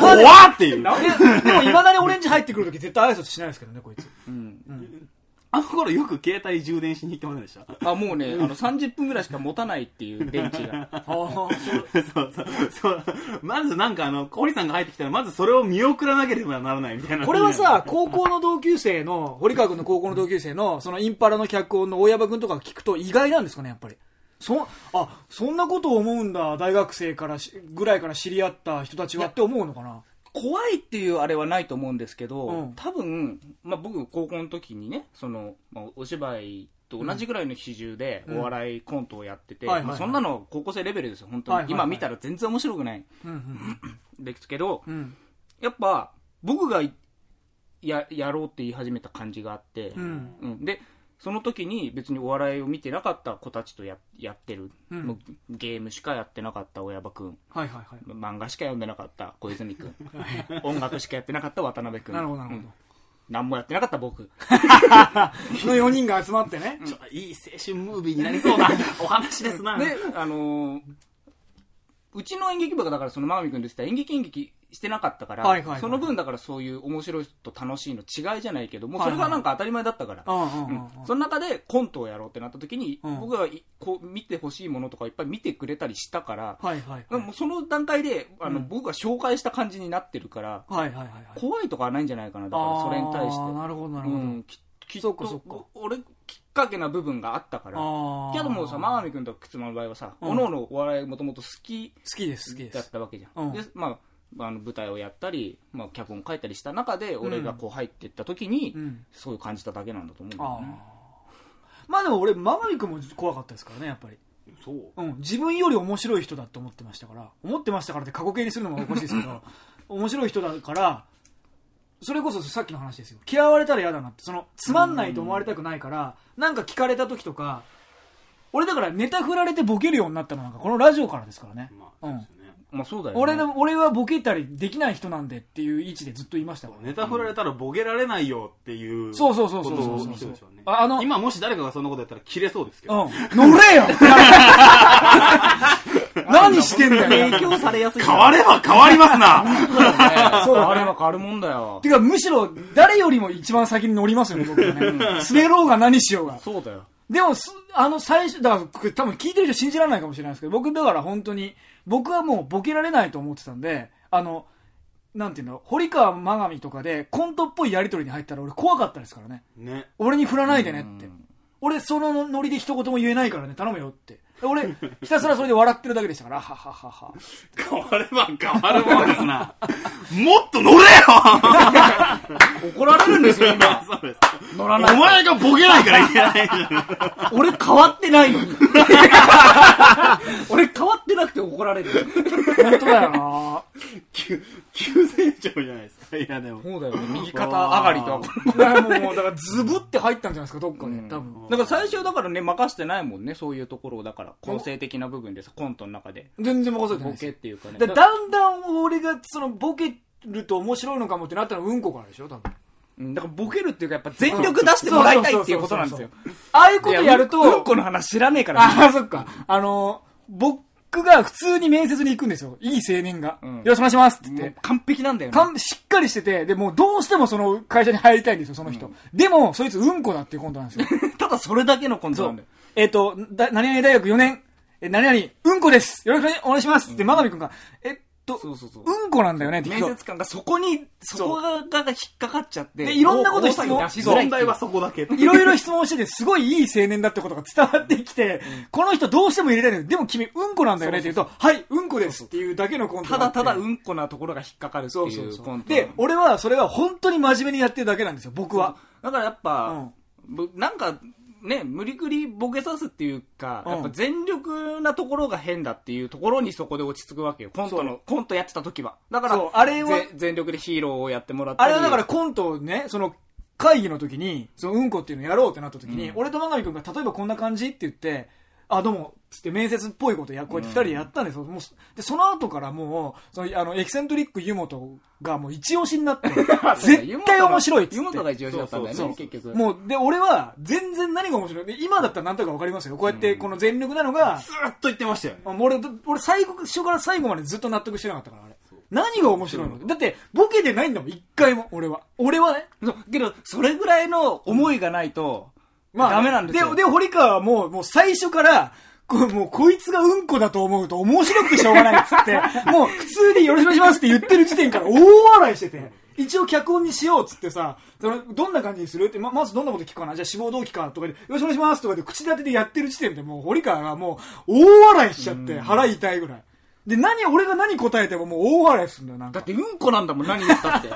S3: 怖っってい
S1: で
S3: う。
S1: でも、いまだにオレンジ入ってくるとき絶対挨拶しないですけどね、こいつ。
S2: うん。
S3: あの頃よく携帯充電しに行ってませんでした
S2: あ、もうね、あの、30分ぐらいしか持たないっていう電池が。
S1: ああ、
S3: そうそうそう。まずなんかあの、堀さんが入ってきたら、まずそれを見送らなければならないみたい な。
S1: これはさ、、高校の同級生の、堀川君の高校の同級生の、そのインパラの脚本の大山君とか聞くと意外なんですかね、やっぱり。そ、あ、そんなことを思うんだ、大学生からし、ぐらいから知り合った人たちはって思うのかな。
S2: 怖いっていうあれはないと思うんですけど、
S1: うん
S2: 多分、まあ、僕高校の時にねその、まあ、お芝居と同じぐらいの比重で
S1: ん
S2: お笑いコントをやってて、
S1: はいはいはい
S2: まあそんなの高校生レベルですよ本当に、
S1: はいはいはい
S2: 今見たら全然面白くない
S1: うん、
S2: ですけど、
S1: うん、うん。
S2: やっぱ僕がいややろうって言い始めた感じがあって、
S1: うん
S2: うんでその時に別にお笑いを見てなかった子たちとややってる、
S1: うん
S2: もうゲームしかやってなかった親場君
S1: はいはいはい。
S2: 漫画しか読んでなかった小泉君音楽しかやってなかった渡辺君
S1: なるほど、なるほ
S2: うん何もやってなかった僕
S1: ど。の4人が集まって ね。
S3: ちょいい青春ムービーになりそうなお話ですな。
S2: であのーうちの演劇部がだからその真上君で言ってた演劇演劇してなかったから、
S1: はいはいはい
S2: その分だからそういう面白いと楽しいの違いじゃないけどもうそれがなんか当たり前だったから、
S1: うん、うん、うん。
S2: うんその中でコントをやろうってなった時に、
S1: うん
S2: 僕がいこう見てほしいものとかいっぱい見てくれたりしたから、
S1: はいはい
S2: で
S1: はい。
S2: もうその段階であの、
S1: うん
S2: 僕が紹介した感じになってるから
S1: はいはいはいはい。
S2: 怖いとかはないんじゃないかなだからそれに対して
S1: あーなるほど、なる
S2: う
S1: ほど。
S2: ん、ききっ
S1: そ
S2: と
S1: っかそっか
S2: 俺きっかけな部分があったから
S1: あー
S2: けどもうさ真く君と靴間の場合はさ、
S1: うん
S2: おのおのお笑いもともと好き
S1: 好きです、好きで
S2: だっ
S1: す。
S2: たわけじゃ、
S1: うんん
S2: でまあ、あの舞台をやったり、まあ、脚本書いたりした中で俺がこう入っていった時に、
S1: うん。
S2: そういう感じただけなんだと思うんだ
S1: あ
S2: よね
S1: あ。まあでも俺、ママミ君も怖かったですからね、やっぱり。
S3: そう。
S1: うん、自分より面白い人だと思ってましたから思ってましたからって過去形にするのもおかしいですけど面白い人だからそれこそさっきの話ですよ嫌われたら嫌だなってそのつまんないと思われたくないからなんか聞かれた時とか俺だからネタ振られてボケるようになったのなんかこのラジオからですからね,、
S3: まあ、
S1: う
S3: そうんですよね。
S2: まあそうだよね。
S1: 俺の俺はボケたりできない人なんでっていう位置でずっといましたからね
S3: ネタ振られたらボケられないよっていう
S1: そうそうそうそう
S3: ことを
S1: そう
S3: 人ですよね
S1: ああの
S3: 今もし誰かがそんなことやったら切れそうですけ
S1: う
S3: ど、
S1: ん乗れよ何してんだよ
S2: 影響されやすい。
S3: 変われば変わりますな
S1: そう
S2: 変われば変わるもんだよ
S1: て。か、むしろ、誰よりも一番先に乗りますよね、僕はね。滑ろうが何しようが。
S2: そうだよ。
S1: でも、すあの、最初、だからこれ、多分聞いてる人信じられないかもしれないですけど、僕、だから本当に、僕はもうボケられないと思ってたんで、あの、なんていうの、堀川真上とかで、コントっぽいやりとりに入ったら俺怖かったですからね。
S3: ね
S1: 俺に振らないでねって。俺、そのノリで一言も言えないからね、頼むよって。俺、ひたすらそれで笑ってるだけでしたから、はははは。
S3: 変われば変わるもんですなもっと乗 れよ
S2: 怒られるんですよ、 今。
S3: そうです
S2: 乗ら
S3: お
S2: ない。
S3: 前がボケないからいけないじゃん
S2: 俺変わってないの に。 俺変わってなくて怒られる。
S1: 本当だよ な
S3: 急急成長じゃないですかいやでも
S2: そうだよね。右肩上がりとは。
S1: い やもう、もうだから、ズブって入ったんじゃないですか、どっかで、多分。
S2: だから最初だからね、任してないもんね、そういうところを。だから、構成的な部分でさ、コントの中で。
S1: 全然任せてない
S2: ボ
S1: です
S2: ケっ
S1: よ
S2: ていうかね。
S1: だだんだん俺がそのボケると面白いのかもってなったのはうんこからでしょ多分
S2: うんだからボケるっていうか、やっぱ全力出してもらいたいっていうことなんですよ。
S1: ああいうことやると
S2: いうんこの話知らねえから。
S1: ああそっかあの僕が普通に面接に行くんですよいい青年が、
S2: うん
S1: よろしくお願いしますって言
S2: も
S1: っ
S2: う
S1: て
S2: 完璧なんだよね
S1: か。んしっかりしててでもうどうしてもその会社に入りたいんですよその人、でもそいつうんこだっていうコントなんですよ
S2: ただそれだけのコント
S1: そ
S2: なんだ
S1: う
S2: よ。
S1: えっ、とだ何々大学4年え何々うんこですよろしくお願いしますって真上君がえっと
S2: そうそうそう
S1: うんこなんだよねって聞く
S2: 面
S1: と
S2: 接官がそこに、そこがが引っかかっちゃって。
S1: でいろんなこと質問
S2: 大騒ぎ出しづらい
S3: 問題はそこだけ
S1: いろいろ質問してて、すごいいい青年だってことが伝わってきて、この人どうしても入れたいんだけど、でも君、うんこなんだよねって言うと、はい、うんこですっていうだけのコント
S2: ただただ
S1: んこ
S2: うんこなところが引っかかるって
S1: そう
S2: い
S1: そうう
S2: コ
S1: そ
S2: ン
S1: う。
S2: ト。
S1: で、俺はそれは本当に真面目にやってるだけなんですよ、僕は。
S2: だからやっぱ、ぶなんか、ね、無理くりボケさすっていうか、
S1: うん
S2: やっぱ全力なところが変だっていうところにそこで落ち着くわけよ。コントの、コントやってた時は。だから
S1: そう、あれは
S2: ぜ全力でヒーローをやってもらった
S1: あ
S2: り。
S1: れはだからコントをね、その、会議の時に、そのうんこっていうのやろうってなった時に、俺と真上君が例えばこんな感じって言って、あ、どうも、つって面接っぽいことや、こうやって二人でやったんですよ。もうで、その後からもう、その、あの、エキセントリック湯本がもう一押しにな って、絶対面白いっつって。
S2: 湯本が一押しだったんだよ
S1: そうそ
S2: ね
S1: う、
S2: 結局。
S1: もう、で、俺は、全然何が面白い。で今だったら何とかわかりますよ。こうやって、この全力なのが、
S3: ずーっと言ってましたよね
S1: あ俺、俺、最後、初から最後までずっと納得してなかったから、あれ。何が面白いのだって、ボケてないんだもん、一回も、俺は。俺はね。
S2: そうけど、それぐらいの思いがないと、ダメなんですよ。
S1: で、で、堀川はもう、もう最初から、こもうこいつがうんこだと思うと面白くてしょうがないっつ って、もう普通によろしくお願いしますって言ってる時点から大笑いしてて、一応脚本にしようっつってさ、そのどんな感じにするってま、まずどんなこと聞くかなじゃあ志望動機かとかで、よろしくお願いしますとかで口立てでやってる時点でもう堀川がもう大笑いしちゃって腹痛いぐらい。で、何、俺が何答えてももう大笑いするんだよ、なん
S2: だ
S1: か
S2: っ。てうんこなんだもん、何 言ったって。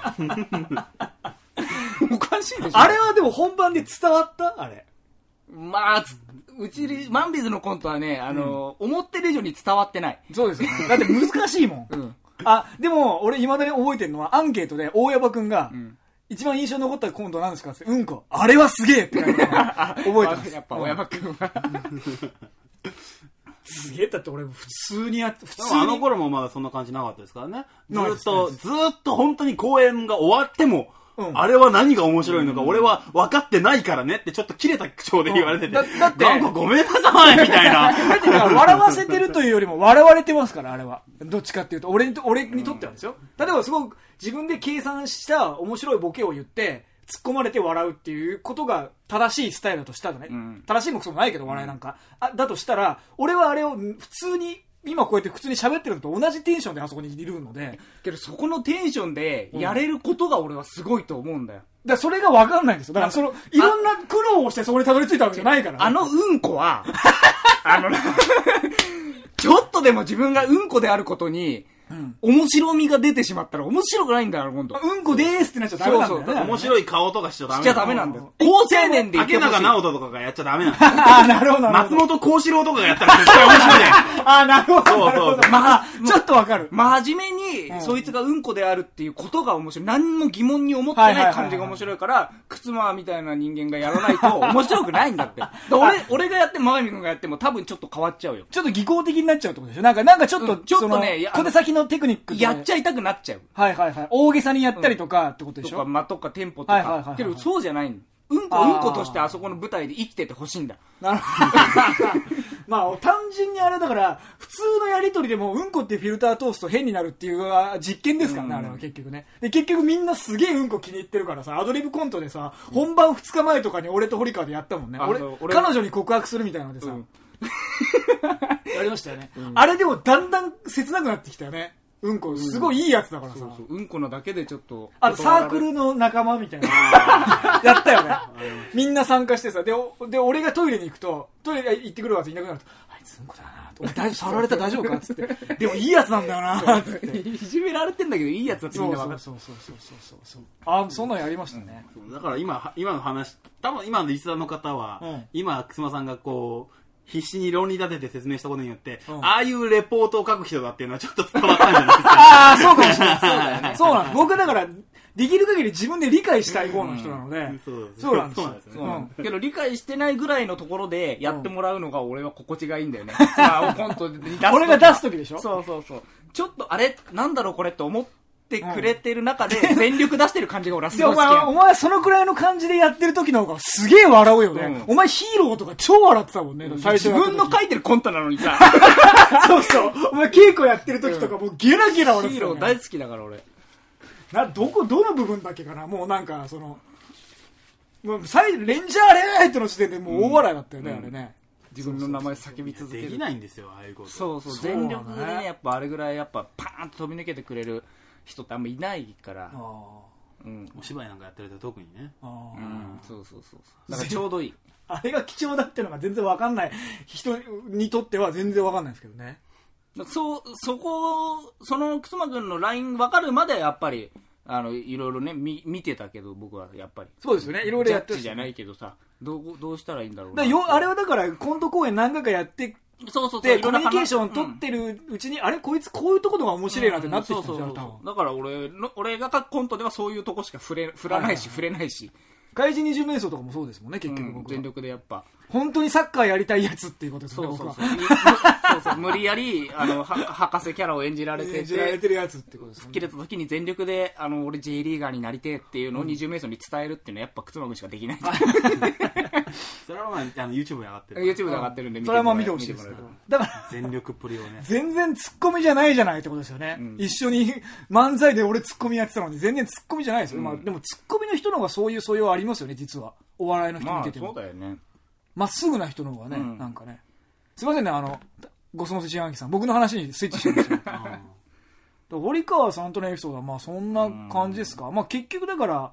S2: おかしいでしょ
S1: あれはでも本番で伝わったあれ。
S2: まあ、つうちり、マンビズのコントはね、あの、思ってる以上に伝わってない。
S1: そうですよ、ね。だって難しいもん。
S2: うん。
S1: あ、でも、俺、未だに覚えてるのは、アンケートで、大山くんが、
S2: ん
S1: 一番印象に残ったコントなんですかって、うんこ。あれはすげえって書いてある 覚えてます。
S2: やっぱ、小山くんは。
S1: すげえだって俺、普通にやって、普
S3: で
S1: 通
S3: も
S1: に。
S3: あの頃もまだそんな感じなかったですからね。ず
S1: ないで
S3: っ
S1: す
S3: と、ずっと本当に公演が終わっても、
S1: うん
S3: あれは何が面白いのか、俺は分かってないからねってちょっと切れた口調で言われてて、
S1: だだって
S3: なんかごめんなさいみたい な。
S1: だってだから笑わせてるというよりも笑われてますから、あれは。どっちかっていうと、俺にと、俺にとってはですよ。例えばすごく自分で計算した面白いボケを言って、突っ込まれて笑うっていうことが正しいスタイルだとしたらね。
S2: ん
S1: 正しいもクソもないけど、笑いなんか、あ。だとしたら、俺はあれを普通に、今こうやって普通に喋ってるのと同じテンションであそこにいるので、だか
S2: けど、そこのテンションで、やれることが俺はすごいと思うんだよ。
S1: らそれが分かんないんですよ。だからその、いろんな苦労をしてそこにたどり着いたわけじゃないから。
S2: あのうんこは、あのな、ちょっとでも自分がうんこであることに、面白みが出てしまったら面白くないんだから、今度。
S1: うんこでーすってなっちゃダメなんだよ
S2: そ
S1: ね。
S2: うそう
S3: 面白い顔とかしちゃダメ
S2: しちゃダメなんだよ。高青年で言って
S3: 竹
S2: ほしい
S3: 中直人とかがやっちゃダメな んだよ
S1: ああ、なるほど、なる
S3: 松
S1: ほど。
S3: 本幸四郎とかがやったら絶対面白いね。
S1: ああ、なるほど、なるほ
S3: そう
S1: ど
S3: そう。
S1: まあ、ちょっとわかる。
S2: 真面目
S1: ん
S2: に、そいつがうんこであるっていうことが面白い。何も疑問に思ってない感じが面白いから、靴間みたいな人間がやらないと面白くないんだって。だから俺、俺がやっても、真ミ君がやっても多分ちょっと変わっちゃうよ。
S1: ちょっと技巧的になっちゃうってことでしょなんか、なんかちょっと、
S2: うんちょっとね
S1: その
S2: いや
S1: 小手先のテクニック
S2: やっち
S1: ゃ
S2: ゃいたくなっちゃう。
S1: はいはいはい。大げさにやったりとかってことでし
S2: と
S1: ょ、
S2: か、間とかテンポと
S1: はいはいはいは
S2: か
S1: い。
S2: けど、そうじゃないの。うんこ、
S1: あー
S2: うんことしてあそこの舞台で生きててほしいんだ。
S1: なるほど。まあ、単純にあれだから、普通のやりとりでも、うんこっていうフィルター通すと変になるっていうあ実験ですからね、あれは結局ね。で、結局みんなすげえうんこ気に入ってるからさ、アドリブコントでさ、本番2日前とかに俺と堀川でやったもんね。
S2: あ
S1: 俺
S2: そう、俺
S1: 彼女に告白するみたいなのでさ、
S2: ん
S1: やりましたよね。あれでもだんだん切なくなってきたよね。うんこ、すごいいいやつだからさ。
S2: そううんこのだけでちょっと。
S1: あとサークルの仲間みたいな。やったよね。みんな参加してさ。で、おで俺がトイレに行くと、トイレ行ってくるわっていなくなると、あいつうんこだなと。俺大丈夫、触られたら大丈夫かっつって。でもいいやつなんだよなっつって。
S2: いじめられてんだけど、いいやつだってみん
S1: そう
S2: な
S1: そう
S2: 分かっ
S1: そうそうそうそうそう。あ、そんなんやりましたね。
S3: だから今、今の話、多分今のリスナーの方は、
S1: うん
S3: 今、くすまさんがこう、必死に論理立てて説明したことによって、
S1: うん
S3: ああいうレポートを書く人だっていうのはちょっと伝わったんじゃないですか。
S1: ああ、そうかもしれない。そうだよね。そうなの。僕だから、できる限り自分で理解したい方の人なので。
S3: そう
S1: そうなんですよ
S3: そうなんですね
S2: そうなのけど理解してないぐらいのところでやってもらうのが俺は心地がいいんだよね。まあコントに出す時は
S1: 俺が出す時でしょ
S2: そうそうそう。ちょっとあれ、なんだろうこれって思ってくれてる中で全力出してる感じが俺はす
S1: で、
S2: ご
S1: お
S2: い好き
S1: 前、お
S2: なの。
S1: 前そのくらいの感じでやってる時の方がすげえ笑うよね。
S2: うん
S1: お前ヒーローとか超笑ってたもんね、最初
S2: 自
S1: やった時
S2: 分の書いてるコントなのにさ、
S1: そうそう。 お前稽古やってる時とかもうゲラゲラ
S2: ヒ
S1: 笑って
S2: ー
S1: た
S2: ロ
S1: よ
S2: ー
S1: ね、
S2: 大好きだから俺。
S1: な、どこ、どの部分だっけかなもうなんか、その、もう最、レンジャーレートの時点でもう大笑いだったよね、あれね。
S2: 自分の名前叫び続け
S3: でき
S2: る。
S3: ないんですよ、ああいうこと。
S2: そうそう、
S1: そうだね
S2: 全力でね、やっぱあれぐらいやっぱパーンと飛び抜けてくれる人ってあんまいないから。
S1: あ
S2: うん。
S3: お芝居なんかやってると特にね。
S1: ああ
S2: う
S1: あ
S2: ん、そうそうそうそう。だからちょうどいい。
S1: あれが貴重だってのが全然わかんない人にとっては全然わかんないですけどね。
S2: そう、そこ、その、くつまくんの LINE 分かるまではやっぱり、あの、いろいろね、み、見てたけど、僕はやっぱり。
S1: そうですよねいろいろやってる
S2: ジャッジじゃないけどさ、どう、どうしたらいいんだろう
S1: だ
S2: な。
S1: からよ、あれはだからコント公演何回かやって
S2: そうそうそう、
S1: て、
S2: い
S1: コ
S2: ろん
S1: ミ
S2: な
S1: ュ
S2: 話
S1: ニケーション取ってるうちに、あれこいつこういうところが面白いなってなってきたんです
S2: そう
S1: よ、
S2: そう
S1: 多分
S2: そう。だから俺の、俺が書くコントではそういうとこしか触れ、振らないし、
S1: は
S2: 触れないし、
S1: 怪人二十面相とかもそうですもんね、結局
S2: うん
S1: 僕は
S2: 全力でやっぱ。
S1: 本当にサッカーやりたいやつっていうことです
S2: そ
S1: ね、
S2: う
S1: 僕
S2: そう
S1: は
S2: そう。。い そうそう無理やり、あの、は博士キャラを演じられてて、
S1: 演じられてるやつってことです
S2: 吹っ切れた時に全力で、あの、俺 J リーガーになりてえっていうのを二十名相に伝えるっていうのはやっぱ靴まくんしかできない。
S3: それはまあ、あの YouTube に上がって る。
S2: YouTube で上がってるんで、
S1: それはまあ見てほしいです
S2: 見
S1: け
S2: て
S1: ど
S2: もらえる。
S1: だから、
S3: 全力プリをね。
S1: 全然ツッコミじゃないじゃないってことですよね。一緒に漫才で俺ツッコミやってたのに全然ツッコミじゃないですよ。まあでもツッコミの人の方がそういう素養ありますよね、実は。お笑いの人
S2: ま
S1: 見
S2: あ
S1: てて
S2: そ
S1: も
S2: う。だよね。
S1: まっすぐな人の方がね、
S2: うん
S1: なんかね。すいませんね、あの、ごそのせちやんきさん。僕の話にスイッチしてました。だか
S3: うん
S1: ら堀川さんとのエピソードはまあそんな感じですか。まあ結局だから、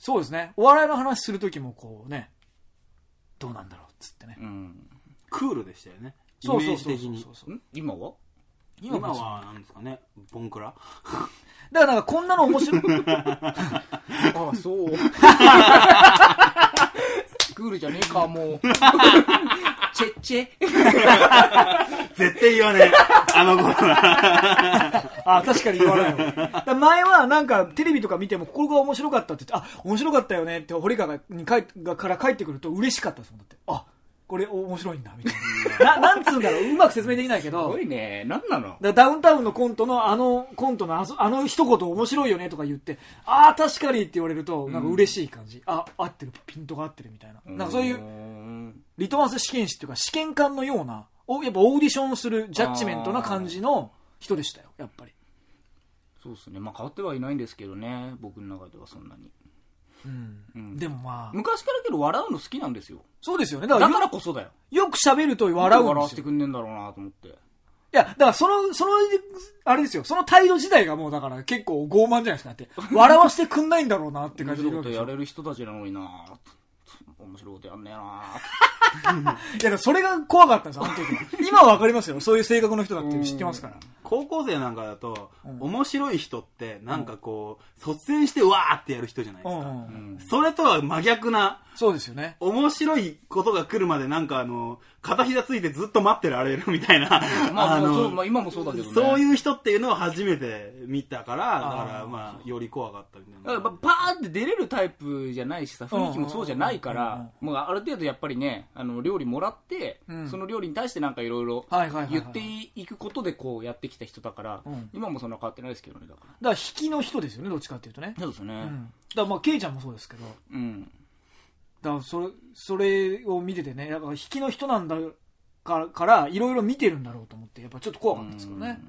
S1: そうですね。お笑いの話するときもこうね、どうなんだろうっつってね。
S2: うん。
S3: クールでしたよね。イメ
S1: そうそ
S3: ー
S1: う
S3: ジ
S1: そう
S3: 的
S1: そう
S3: に
S1: そう。
S2: ん今は
S3: 今は、なんですかね、ボンクラ
S1: だからなんかこんなの面白い。
S2: ああ、そう。クールじゃねえ か、もう。チェッチェ。
S3: 絶対言 わねえ。あの頃は。
S1: あ、確かに言わないわ。だ から前はなんかテレビとか見てもここが面白かったって言って、あ、面白かったよねって堀川がに帰がから帰ってくると嬉しかったですもん。だって、あ、これ面白いんだ、みたいな。な、なんつうんだろう、うまく説明できないけ
S2: す
S1: ど
S2: ご。いね。なんなの
S1: だからダウンタウンのコントのあのコントのあそあの一言面白いよねとか言ってああ確かにって言われるとなんか嬉しい感じ、あ合ってるピントが合ってるみたいななんかそういう
S2: うん
S1: リトマス試験紙っていうか試験官のようなおやっぱオーディションするジャッジメントな感じの人でしたよやっぱり
S2: そうですね。まあ変わってはいないんですけどね。僕の中ではそんなに。
S1: うん、でもまあ、
S2: 昔からけど笑うの好きなんですよ。
S1: そうですよね。だ
S2: だ
S1: から
S2: か
S1: よ
S2: らこそだよ。
S1: よく喋ると笑うん
S2: 笑
S1: で
S2: わ
S1: す
S2: せ
S1: よ。
S2: て
S1: い
S2: くんねえんだろうなと思って。
S1: や、だからその、その、あれですよ、その態度自体がもうだから結構傲慢じゃないですか。だって、笑わせてくんないんだろうなって感
S2: 面
S1: じで
S2: 白
S1: 言
S2: いこ
S1: うわ
S2: と
S1: けでし
S2: や
S1: ょ。
S2: れる人たちなのにな面白いことやんねえない
S1: や、だからそれが怖かったんですよ、あの時は。今はわかりますよ。そういう性格の人だって知ってますから。
S3: 高校生なんかだと、面白い人って、なんかこう、率先してわーってやる人じゃないで
S1: う
S3: す
S1: ん
S3: か。
S1: うん
S2: ん
S3: それとは真逆な、
S1: そうですよね。
S3: 面白いことが来るまでなんかあの、片膝ついてずっと待ってられるみ たいな。
S2: まあ、
S3: の
S2: そうまあ、今もそうだけどね。
S3: そう
S2: う。
S3: いう人っていうのを初めて見たから、だからまあ、より怖かったみたいな。
S2: パーンって出れるタイプじゃないしさ、雰囲気もそうじゃないから、もうある程度やっぱりね、あの、料理もらって、
S1: うん
S2: その料理に対してなんかいろいろ
S1: はいはいはいはい
S2: 言っていくことでこうやってきた人だから、
S1: うん
S2: 今もそんな変わってないですけどね、だから。
S1: だから引きの人ですよね、どっちかっていうとね。
S2: そうですね
S1: う。ん。だからまあ、ケイちゃんもそうですけど、だ
S2: うん。
S1: からそれ、それを見ててね、だから引きの人なんだから、からいろいろ見てるんだろうと思って、やっぱちょっと怖かったですけどね。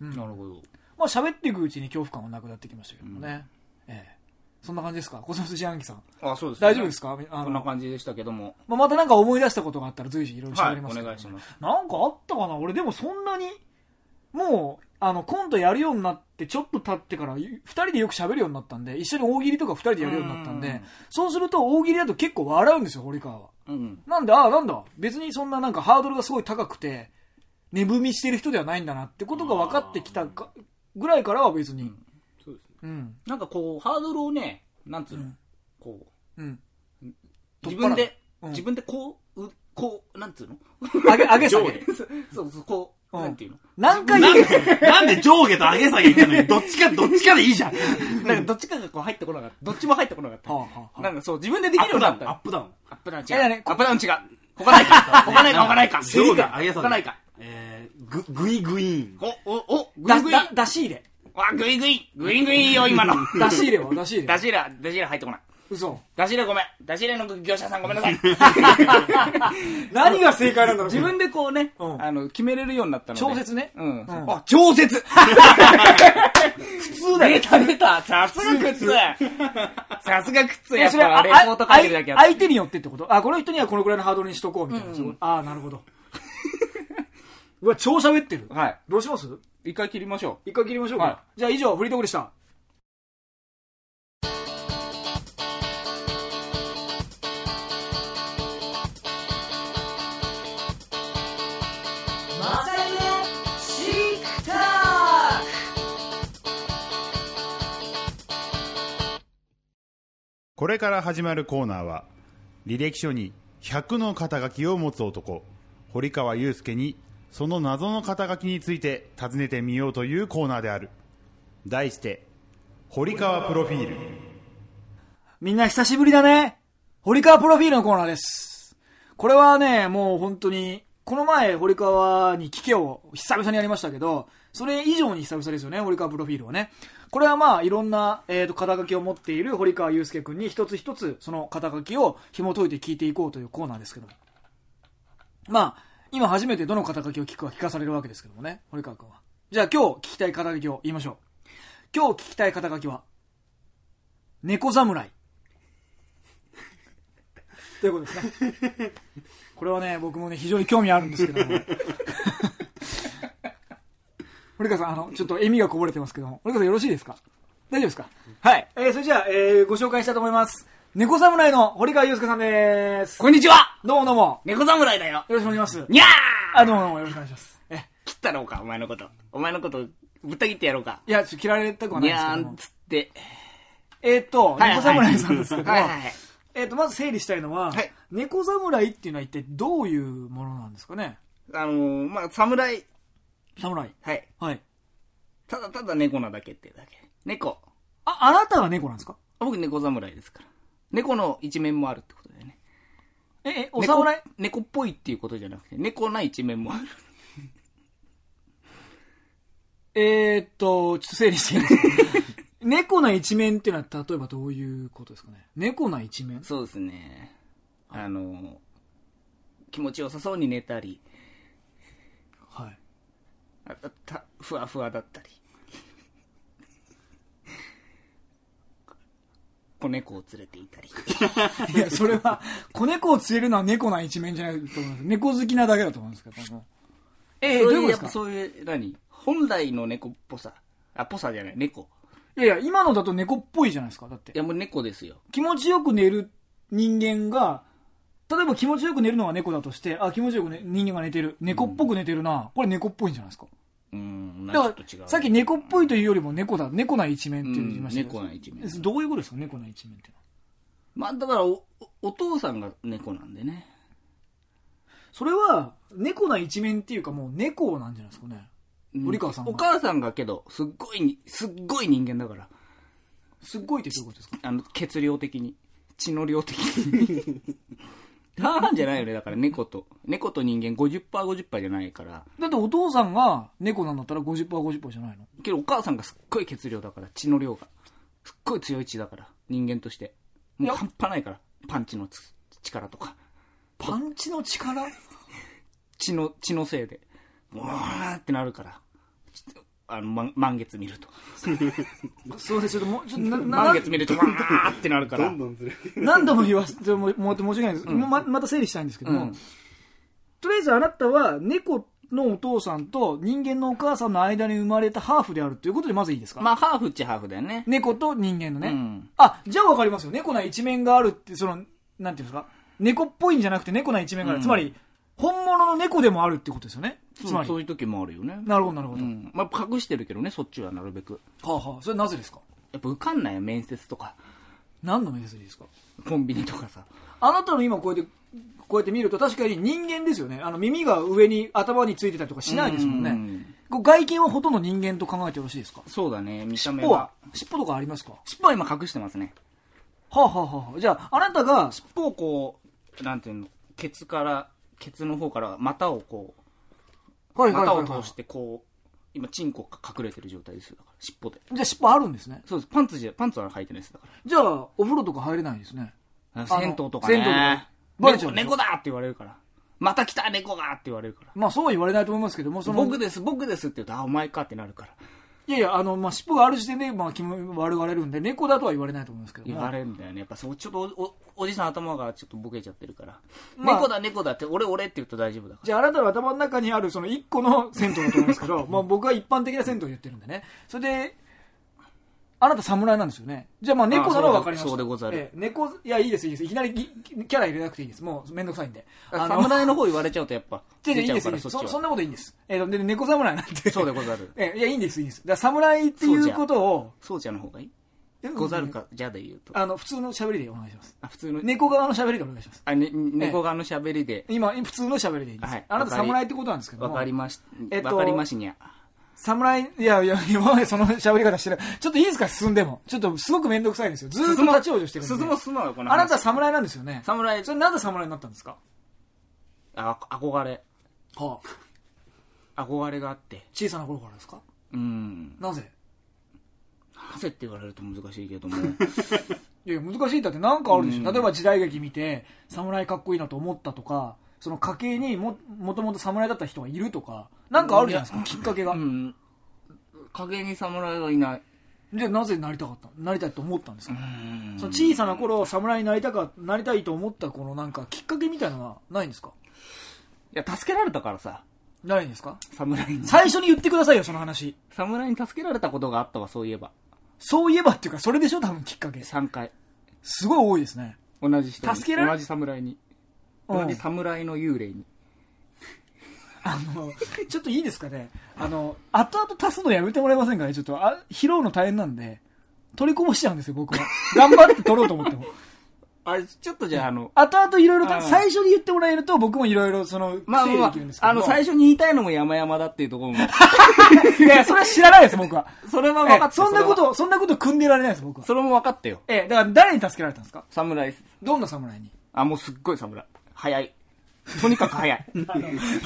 S1: うん
S2: なるほど。
S1: まあ、喋っていくうちに恐怖感はなくなってきましたけどもね。ええ。そんな感じですかコスモス自販機さん。
S2: あ、そうです、
S1: 大丈夫です
S2: か
S1: かあの
S2: こんな感じでしたけども。
S1: まあ、またなんか思い出したことがあったら随時いろいろ
S2: は
S1: 喋
S2: い、
S1: り
S2: お
S1: ますけど、
S2: 願いします。
S1: なんかあったかな俺でもそんなに、もう、あの、コントやるようになってちょっと経ってから、二人でよく喋るようになったんで、一緒に大喜利とか二人でやるようになったん
S2: う
S1: で
S2: ん、
S1: そうすると大喜利だと結構笑うんですよ、堀川は。
S2: うん。
S1: なんで、ああ、なんだ、別にそんななんかハードルがすごい高くて、寝踏みしてる人ではないんだなってことが分かってきたかぐらいからは別に。
S3: そうですね。
S1: うん。
S2: なんかこう、ハードルをね、なんつうの、
S1: うん
S2: こう、
S1: うん。
S2: 自分で、
S1: うん
S2: 自分でこう、うこう、なん つうの
S1: 上げ、上げ下げ。
S2: そうそう、こう、
S1: うん
S2: なんていうの
S1: 何回
S3: な
S1: 言
S3: ん
S1: う
S3: で、なんで上下と上げ下げ言ったのに、どっちか、どっちかでいいじゃん。
S2: なんかどっちかがこう入ってこなかった。どっちも入ってこなかっ
S1: はあはあ
S2: た。
S1: は
S2: なんかそう、自分でで
S3: ア
S2: き
S3: ッ
S2: るよう
S3: プ
S2: に
S3: ダ
S2: なった
S3: ウン、アッ
S2: の。
S3: プダウン。
S2: アップダウン
S1: いやいや
S2: 違
S1: ね
S2: う。アップダウン違う。他ないか。他ないか、他ないか。
S3: 上下上げ下げ。
S2: 他ないか。。
S3: えー、ぐ、ぐいぐいん。
S2: お、お、お、グイ
S1: だ
S2: グイ。
S1: だ、出し入れ。
S2: わ、グイグイ。グイグイよ、今の。
S1: 出し入れは、出し入
S2: 出
S1: れ。
S2: し入れ、出し入れ入ってこない。
S1: 嘘。
S2: 出し入れごめん。出し入れの業者さんごめんなさい。
S1: 何が正解なんだろう
S2: 自分でこうね、
S1: うん
S2: あの、決めれるようになったので。
S1: 調節ね
S2: うん。
S1: ん
S2: あ、調節普通だよ。出た出た。さすが靴。 さすが靴。やっ
S1: それ
S2: ぱ、
S1: は
S2: レポート
S1: ああ
S2: 書いてるだけあって。
S1: 相手によってってことあ、この人にはこのくらいのハードルにしとこうみたいな。そうああ、なるほど。 うわ、超喋ってる。
S2: はい。
S1: どうします
S2: 一回切りましょ
S1: 一回切りましょうか。
S2: は
S1: じゃあ以上、フリートークでした。
S4: これから始まるコーナーは履歴書に100の肩書きを持つ男堀川雄介にその謎の肩書きについて尋ねてみようというコーナーである題して堀川プロフィール
S1: みんな久しぶりだね。堀川プロフィールのコーナーです。これはね、もう本当に、この前、堀川に聞けを久々にやりましたけど、それ以上に久々ですよね、堀川プロフィールはね。これはまあ、いろんな、えっ、と、肩書きを持っている堀川祐介くんに一つ一つ、その肩書きを紐解いて聞いていこうというコーナーですけども。まあ、今初めてどの肩書きを聞くか聞かされるわけですけどもね、堀川くんは。じゃあ今日聞きたい肩書きを言いましょう。今日聞きたい肩書きは、猫 侍。ということですね。これはね、僕もね、非常に興味あるんですけど も。堀川さん、あの、ちょっと笑みがこぼれてますけども。堀川さんよろしいですか大丈夫ですか
S2: う。はい。
S1: えー、それじゃあ、えー、ご紹介したいと思います。猫侍の堀川祐介さんです。
S2: こんにちは
S1: どうもどうも。
S2: 猫侍だよ
S1: よろしくお願いします。
S2: にゃ
S1: あ、
S2: ー
S1: どうもどうもよろしくお願いします。え、
S2: 切ったろうか、お前のこと。お前のこと、ぶった切ってやろうか。
S1: いや、ちょっと切られたくはない
S2: に
S1: で
S2: ゃ
S1: すけ
S2: ー
S1: ど
S2: ん
S1: も。
S2: つって。
S1: えーっと、
S2: はいはい
S1: 猫侍さんですけども
S2: はい、はいはい。
S1: えーっと、まず整理したいのは、
S2: はい
S1: 猫侍っていうのは一体どういうものなんですかね
S2: あのー、まあ、侍。
S1: 侍。
S2: はい。
S1: はい。
S2: ただただ猫なだけってだけ。猫。
S1: あ、あなたが猫なんですか
S2: 僕猫侍ですから。猫の一面もあるってことだよね。
S1: え、え、お侍
S2: 猫猫っぽいっていうことじゃなくて、猫な一面もある。
S1: えーっと、ちょっと整理していいですか 猫な一面っていうのは、例えばどういうことですかね猫な一面
S2: そうですね。あの、気持ちよさそうに寝たり、
S1: はい。
S2: あたたふわふわだったり。 子猫を連れていたり。
S1: いや、それは、子猫を釣れるのは猫な一面じゃないと思います。猫好きなだけだと思うんですけど。多分えーど
S2: そうう
S1: いうこと
S2: いう、やっ
S1: で
S2: ぱ
S1: すか
S2: そういう、何本来の猫っぽさ。あ、ぽさじゃない、猫。
S1: いやいや、今のだと猫っぽいじゃないですか。だっ
S2: い
S1: て。
S2: や、もう猫ですよ。
S1: 気持ちよく寝る人間が、例えば気持ちよく寝るのが猫だとして、あ、気持ちよく、ね、人間が寝てる。猫っぽく寝てるな。これ猫っぽいんじゃないですか。
S2: うん、
S1: だ
S2: なんか
S1: か
S2: ちょっと違
S1: ら、
S2: う。
S1: さっき猫っぽいというよりも猫だ、猫な一面って言いましたけど
S2: 猫な一面。
S1: どういうことですか、猫な一面って。
S2: まあ、だからお、おお父さんが猫なんでね。
S1: それは、猫な一面っていうかもう猫なんじゃないですかね。森川さんは
S2: お母さんがけど、すっごいに、すっごい人間だから。
S1: すっごいってどういうことですか
S2: あの、血量的に。血の量的に。半々じゃないよね、だから猫と。猫と人間 50%50% じゃないから。
S1: だってお父さんが猫なんだったら 50%50% 50%じゃないの
S2: けどお母さんがすっごい血量だから、血の量が。すっごい強い血だから、人間として。もう半端ないから、パンチのつ力とか。
S1: パンチの力
S2: 血の、血のせいで、うわーってなるから、あの、満満月見ると。
S1: すいません、ちょっともう、ちょっとな、な
S2: 満月見ると、わーってなるから。
S3: どんずれてる。
S1: 何度も言わせてもらって申し訳ないです。もうままた整理したいんですけども、
S2: うん
S1: とりあえずあなたは猫のお父さんと人間のお母さんの間に生まれたハーフであるということでまずいいですか、
S2: まあ、ハーフっちゃハーフだよね。
S1: 猫と人間のね。
S2: うん
S1: あ、じゃあわかりますよ。猫な一面があるって、その、なんていうんですか猫っぽいんじゃなくて猫な一面がある。
S2: うん
S1: つまり、本物の猫でもあるってことですよね。つ
S2: そ
S1: ま
S2: う
S1: り
S2: そ。ういう時もあるよね。
S1: なるほど、なるほ
S2: う
S1: ど。
S2: ん。まあ、隠してるけどね、そっちはなるべく。
S1: はあはあ、それなぜですか
S2: やっぱ受かんないよ、面接とか。
S1: 何の目薬ですか
S2: コンビニとかさ。
S1: あなたの今こうやって、こうやって見ると確かに人間ですよね。あの耳が上に頭についてたりとかしないですもん
S2: う
S1: ね。
S2: ん
S1: こう外見はほとんど人間と考えてよろしいですか
S2: そうだね、見た目
S1: 尻尾は
S2: は。、
S1: 尻尾とかありますかは
S2: 尻尾は今隠してますね。
S1: あ、はあはあ、じゃあ、あなたが、
S2: 尻尾をこう、なんていうの、ケツから、ケツの方から股をこう、
S1: は
S2: 股を通してこう今チンコが隠れてる状態ですよだから尻尾で
S1: じゃあ尻尾あるんですね。
S2: そうですパンツじゃパンツは履いてないですだか
S1: じゃあ、お風呂とか入れないんですね。
S2: ら
S1: あの
S2: 銭湯とか
S1: 銭湯と
S2: ね
S1: かバレちゃう
S2: 猫
S1: んですよ
S2: 猫だって言われるからまた来た猫がって言われるから
S1: まあそうは言われないと思いますけども、その、
S2: 僕です僕ですって言うとあお前かってなるから
S1: いやいや、あの、まあ尻尾がある時点で、まあ気も悪がれるんで、猫だとは言われないと思いますけど
S2: 言
S1: も。
S2: われるんだよねやっぱそうちょっとおおおじさん頭がちょっとボケちゃってるから、
S1: まあ
S2: 猫だ猫だって俺俺って言うと大丈夫だから
S1: じゃあ、あなたの頭の中にあるその1個の銭湯だと思うんですけ ど、まあ僕は一般的な銭湯を言ってるんでね。それで、あなた侍なんですよね。じゃあまあ猫ならわかりました。
S2: あそうでそうでござる
S1: ええ猫、いや、いいです、いいです。いきなりぎキャラ入れなくていいです。もうめんどくさいんで。
S2: あ
S1: の
S2: 侍の方言われちゃうとやっぱ
S1: じ ゃあじゃあ い
S2: 出ち
S1: い
S2: ゃ
S1: で
S2: う
S1: す、いいです。
S2: からそっ
S1: そ
S2: ち
S1: そん
S2: は
S1: なこといいんです。えー、で猫侍なんて。
S2: そうでござる
S1: ええいや、いいんです、いいんです。だから侍っていうことを、
S2: そうじゃの方がいい
S1: え
S2: ござる。かじゃで言うと
S1: あの、普通の喋りでお願いします。
S2: あ普通の
S1: 猫側の喋りでお願いします。
S2: あね猫側の喋りで
S1: 今、普通の喋りでいいです。
S2: はい
S1: あな
S2: わ
S1: た
S2: かり
S1: 侍ってことなんですけど
S2: わ
S1: も。
S2: かりまし、
S1: えっと
S2: わかりましにゃ。
S1: 侍、いやい や、今までその喋り方してる。ちょっといいですか進んでも。ちょっとすごくめんどくさいんですよ。ずーっと立ち往生してるんで。
S2: 進もう進もうよ、この話
S1: あなた侍なんですよね。
S2: 侍
S1: それなぜ侍になったんですか
S2: あ、憧れ。
S1: はあ、
S2: 憧れがあって。
S1: 小さな頃からですか
S2: うん。
S1: なぜ
S2: 汗って言われると難しいけど も。
S1: いや、難しいんだってなんかあるでしょ。例えば時代劇見て、侍かっこいいなと思ったとか、その家系にも、もともと侍だった人がいるとか、なんかあるじゃないですか、きっかけが。
S2: うん。影に侍はいない。
S1: で、なぜなりたかったなりたいと思ったんですか、
S2: うん
S1: その小さな頃、侍になりたか、なりたいと思ったこのなんか、きっかけみたいなのはないんですか
S2: いや、助けられたからさ。
S1: ないんですか
S2: 侍に。
S1: 最初に言ってくださいよ、その話。
S2: 侍に助けられたことがあったわ、そういえば。
S1: そういえばっていうか、それでしょ、多分きっかけ。
S2: 3回。
S1: すごい多いですね。
S2: 同じ人に。
S1: 助けられ
S2: 同じ侍に。
S1: うん
S2: 同じ侍の幽霊に。
S1: あの、ちょっといいですかね。あの、後々足すのやめてもらえませんかね。ちょっと、あ、拾うの大変なんで、取りこぼしちゃうんですよ、僕は。頑張って取ろうと思っても。
S2: あれ、ちょっとじゃあ、あの、
S1: 後々いろいろ
S2: うん
S1: と、最初に言ってもらえると、僕もいろいろ、その、
S2: まあ
S1: 整理
S2: ま
S1: で
S2: あ
S1: きるんです、けど
S2: あ
S1: も
S2: の、最初に言いたいのも山々だっていうと ころも。
S1: いやいや、それは知らないです、僕は。
S2: それは分
S1: え
S2: かった。
S1: そんなこ
S2: れは
S1: と、そんなこと組んでられないです、僕は。
S2: それも分かったよ。
S1: ええ、だから誰に助けられたんですか
S2: 侍です。
S1: どんな侍に
S2: あ、もうすっごい侍。早い。とにか く早い。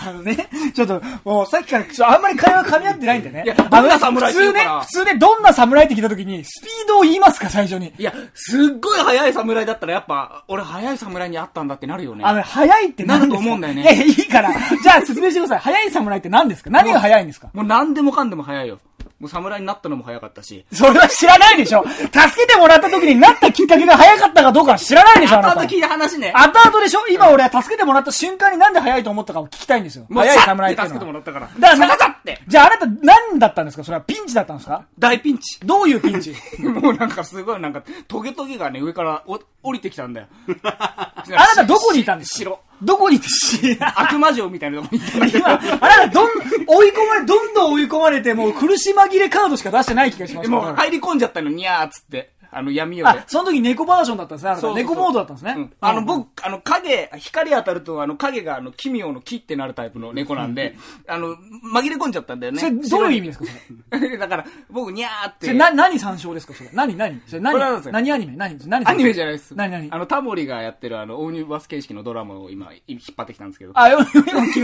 S1: あのね、ちょっと、もうさっきから、ちょっとあんまり会話噛み合ってないんでね。
S2: いやどんな侍っ
S1: 普
S2: て
S1: 通
S2: 言うか
S1: ね
S2: ら、
S1: 普通ね、どんな侍って聞いた時に、スピードを言いますか、最初に。
S2: いや、すっごい早い侍だったらやっぱ、俺早い侍に会ったんだってなるよね。
S1: あの、早いって何ですか
S2: なると思うんだよ ね
S1: いやいや、いいから。じゃあ説明してください。早い侍って何ですか何が早いんですか
S2: もう何でもかんでも早いよ。もう侍になったのも早かったし。
S1: それは知らないでしょ助けてもらった時になったきっかけが早かったかどうかは知らないでしょあな
S2: 後
S1: た
S2: 々聞いた話ね。
S1: 後々でしょ今俺は助けてもらった瞬間になんで早いと思ったかを聞きたいんですよ。
S2: もう
S1: 早い侍って
S2: さ
S1: い
S2: っ
S1: う
S2: て
S1: の
S2: 助けても
S1: は。
S2: らったから。
S1: だから、
S2: さっって。
S1: じゃああなた何だったんですかそれはピンチだったんですか
S2: 大ピンチ。
S1: どういうピンチ
S2: もうなんかすご いなんか、トゲトゲがね、上からお降りてきたんだよ。あ
S1: あなたどこにいたんですか
S2: 城。
S1: どこに行ってし、
S2: 悪魔城みたいなとこに行ったんだけど
S1: 今、あれはどん、追い込まれ、どんどん追い込まれて、もう苦し紛れカードしか出してない気がしま
S2: で
S1: す
S2: も入り込んじゃったの、にゃーっつって。あの闇夜で
S1: あ、。その時猫バージョンだったんですね。あなた
S2: そうそうそう
S1: 猫モードだったんですね。
S2: うんあの、僕、あの、影、光当たると、あの、影が、あの、奇妙の木ってなるタイプの猫なんで、あの、紛れ込んじゃったんだよね。
S1: それ、どういう意味ですかそれ。
S2: か だから、僕、にゃーっ
S1: それ、
S2: て。
S1: な、何参照ですかそれ。何、何それ何
S2: これなんですよ
S1: 何アニメ何、何
S2: アニメじゃないです。
S1: 何、何
S2: あの、タモリがやってる、あの、オーニバス形式のドラマを今、い引っ張ってきたんですけど。
S1: あ、よ、よ、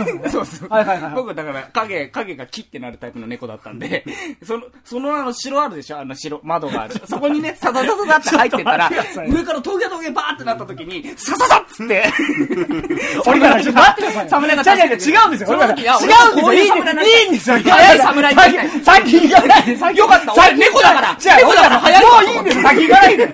S1: よ、よ、よ、
S2: そうそう。
S1: はいはいはい。
S2: 僕だから、影、影がキってなるタイプの猫だったんで、その、そのあの、城あるでしょあの城、窓がある。そこに ね、サササササって入ってったら
S1: ちょっと待ってくださ、い
S2: 上から峠峠バーってなった時に、サササッつって、
S1: 俺から、ちょっと待ってください。
S2: サムネが助けてくれる
S1: 違う違う違うんですよ。
S2: その
S1: 俺から
S2: 時いや
S1: 違うんですよ。
S2: 俺もこういう侍になりた
S1: い
S2: い
S1: いんですよ。
S2: 早い侍になりたい
S1: 先行かない。先
S2: よかった
S1: 先
S2: 俺猫だから
S1: 違う、
S2: 猫だか
S1: 俺
S2: ら早いと
S1: も
S2: 思
S1: ういいんですよ。先行かないで。違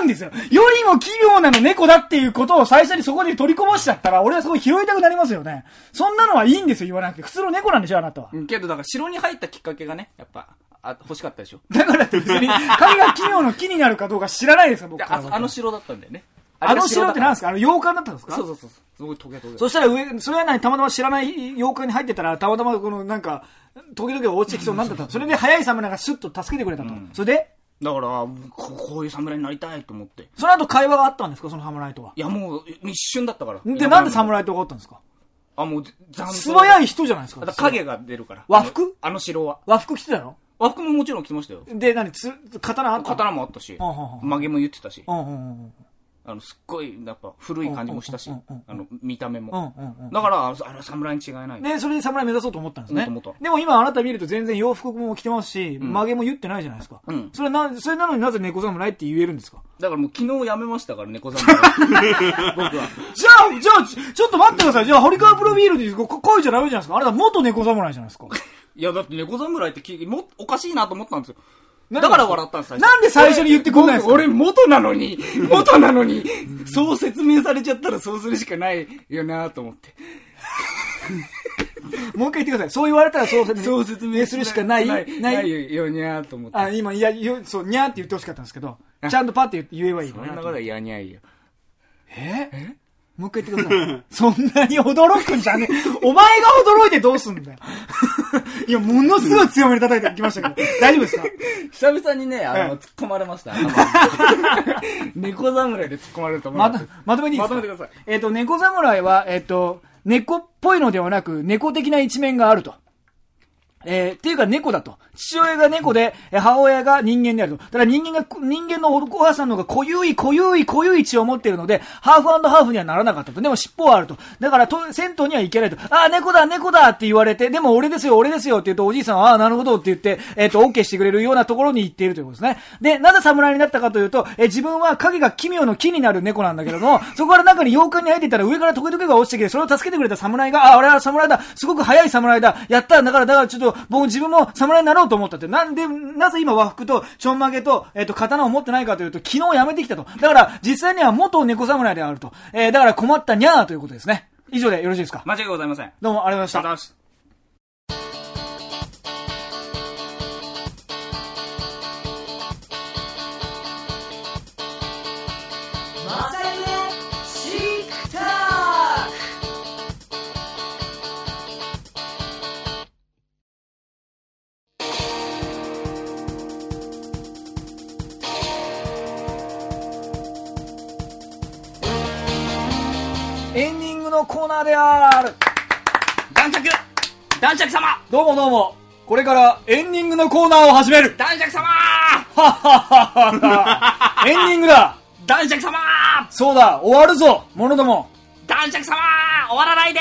S1: うんですよ。よりも奇妙なの猫だっていうことを最初にそこで取りこぼしちゃったら、俺はそこ拾いたくなりますよね。そんなのはいいんですよ、言わなくて。普通の猫なんでしょ、あなたは。
S2: うんけどだから城に入ったきっかけがね、やっぱ、あ欲しかったでしょ
S1: だからって別に、 髪が奇妙の木になるかどうか知らないですよ、僕
S2: で
S1: から
S2: あ
S1: は
S2: あの城だったんだよね。
S1: あの城って何です
S2: か
S1: かあの洋館だったんですか
S2: そうそうそう。すごいトゲトゲ。
S1: そしたら上、それは何たまたま知らない洋館に入ってたら、たまたまこのなんか、時々落ちてきそうになってた。それで早い侍がスッと助けてくれたと。それで、
S2: だから、ここういう侍になりたいと思って。
S1: その後会話があったんですかその侍とは。
S2: いや、もう、一瞬だったから。
S1: で、なんで侍とがあったんですか
S2: あ、もう、残像
S1: 素早い人じゃないです
S2: だか。
S1: から
S2: 影が出るから。
S1: 和服
S2: あの城は。
S1: 和服着てたの
S2: 和服ももちろん着てましたよ。
S1: で、何つ、刀あったの
S2: 刀もあったし、
S1: んうんうん
S2: 曲げも言ってたし、
S1: うんうんうんうん。
S2: あの、すっごい、やっぱ、古い感じもしたし
S1: うんうんうん、
S2: あの、見た目も
S1: うんうんうん。
S2: だから、あれは侍に違いない。
S1: で、それで侍目指そうと思ったんですね
S2: もとも。と
S1: でも今あなた見ると全然洋服も着てますし、曲げも言ってないじゃないですか。
S2: うん
S1: それな、それなのになぜ猫侍って言えるんですか
S2: だからもう昨日やめましたから、猫侍。 僕は。
S1: じゃあ、じゃあ、ちちょっと待ってください。じゃあ、堀川プロフィールでここ書いちゃダメじゃないですか。あなた元猫侍じゃない ですか。
S2: いや、だって猫侍って聞いも、おかしいなと思ったんですよ。
S1: な
S2: だ
S1: んで
S2: から笑ったんです、
S1: なんで最初に言ってくんないんですか
S2: 俺、俺元なのに、元なのに、そう説明されちゃったらそうするしかないよなと思って。
S1: もう一回言ってください。そう言われたらそう説明
S2: そう説明
S1: するしかない。な。
S2: ないいないよにゃーと思って。
S1: あ、今、いや、よそう、にゃーって言ってほしかったんですけど、ちゃんとパッて言えばいい
S2: そ
S1: の
S2: んな
S1: ね
S2: ことはやにゃいよ。
S1: えもう一回言ってください。そんなに驚くんじゃねえ。お前が驚いてどうすん だよ。いや、ものすごい強めに叩いてきましたけど。大丈夫ですか
S2: 久々にね、あ
S1: ええ
S2: の、突っ込まれま した。頭に猫侍で突っ込まれると思う。
S1: まと、まとめにいいです
S2: ま
S1: か
S2: とめてください。
S1: えっ、と、猫侍は、えっ、と、猫っぽいのではなく、猫的な一面があると。えーっていうか猫だと。父親が猫で、えー母親が人間であると。ただ人間が、人間のお母さんの方が濃ゆい、濃ゆい、濃ゆい血を持っているので、ハーフハーフにはならなかったと。でも尻尾はあると。だからと、銭湯には行けないと。ああ、猫だ、猫だって言われて、でも俺ですよ、俺ですよって言うと、おじいさんは、ああ、なるほどって言って、えっ、と、OK してくれるようなところに行っているということですね。で、なぜ侍になったかというと、えー自分は影が奇妙の木になる猫なんだけれども、 そこから中に洋館に入っていたら上からトゲトゲが落ちてきて、それを助けてくれた侍が、ああ、俺は侍だ、すごく早い侍だ、やった、だから、だからちょっと、僕自分も侍になろうと思ったって。なんで、なぜ今和服と、ちょんまげと、えっ、と、刀を持ってないかというと、昨日やめてきたと。だから、実際には元猫侍であると。えーだから困ったにゃーということですね。以上でよろしいですか
S2: 間違いございません。
S1: どうもありがとうございました。エンディングのコーナーである
S2: 男爵男爵様
S1: どうもどうもこれからエンディングのコーナーを始める
S2: 男爵様
S1: はっはっはっはエンディングだ
S2: 男爵様
S1: そうだ終わるぞ者ども
S2: 男爵様終わらないで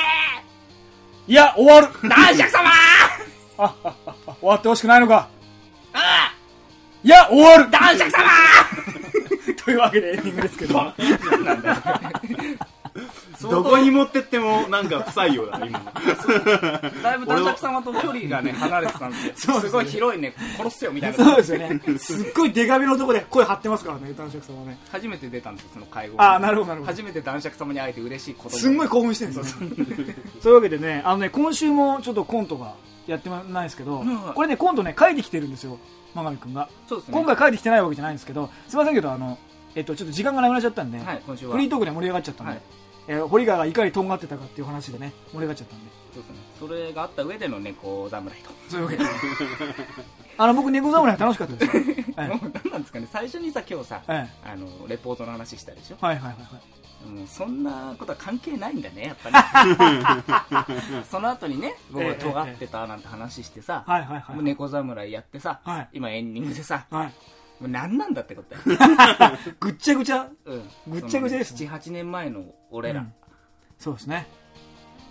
S1: いや終わる
S2: 男爵様
S1: はっはっはっは終わってほしくないのか
S2: う
S1: いや終わる
S2: ん男爵様
S1: というわけでエンディングですけど
S3: どこに持ってっても、なんか不採用だね、今の。
S2: だいぶ男爵様と距離 がね、離れてたんです
S1: そうですね
S2: よ。すごい広いね、殺すよみたい
S1: そう
S2: な
S1: で。すよね すっごいデカめのとこで声張ってますからね男爵様ね
S2: 初めて出たんですよ、その会合。
S1: ああなるほどなるほど
S2: 初めて男爵様に会えて嬉しいこと
S1: すんご
S2: い。
S1: い興奮してるんですよ、ね、 そういうわけでねあのね今週もちょっとコントがやってまないですけど、
S2: んはい
S1: これねコントね書いてきてるんですよ真上くんが
S2: そうですね。
S1: 今回帰ってきてないわけじゃないんですけどすいませんけどあの、えっと、ちょっと時間がなくなっちゃったんで、
S2: はい、今週は。
S1: フリートークで盛り上がっちゃったんで、
S2: はい
S1: えー堀川がいかにとんがってたかっていう話でね盛り上がっちゃったんで
S2: そうですね。それがあった上での猫侍と。
S1: そういうわけで あの僕猫侍楽しかった ですよ、はい、はい
S2: もう何なんですかね、最初にさ、今日さ、
S1: え
S2: あの、レポートの話したでしょ。
S1: はいはいはい
S2: もうそんなことは関係ないんだね、やっぱ り。その後にね、僕
S1: ええ
S2: が尖ってたなんて話してさ、
S1: はいはいはい
S2: もう猫侍やってさ、
S1: はい
S2: 今エンディングでさ、
S1: はい
S2: もう何なんだってことだよ。
S1: ぐっちゃぐちゃ
S2: うん
S1: ぐっちゃぐちゃですね
S2: そのね7、8年前の俺ら、
S1: うんそうですね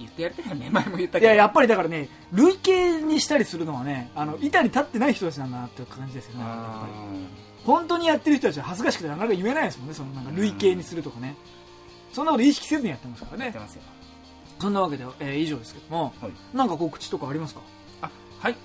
S2: 言ってやってたよね、前も言ったけ
S1: い
S2: ど。
S1: ややっぱりだからね累計にしたりするのはねあの板に立ってない人たちなんだなっていう感じですよねやっぱり
S2: うん
S1: 本当にやってる人たちは恥ずかしくてなかなか言えないですもんねそのなんか累計にするとかねそんなこと意識せずにやってますから
S2: やっ
S1: ね
S2: てますよ。
S1: そんなわけで、えー以上ですけども、
S2: はい
S1: なんか告知とかありますか
S2: あはい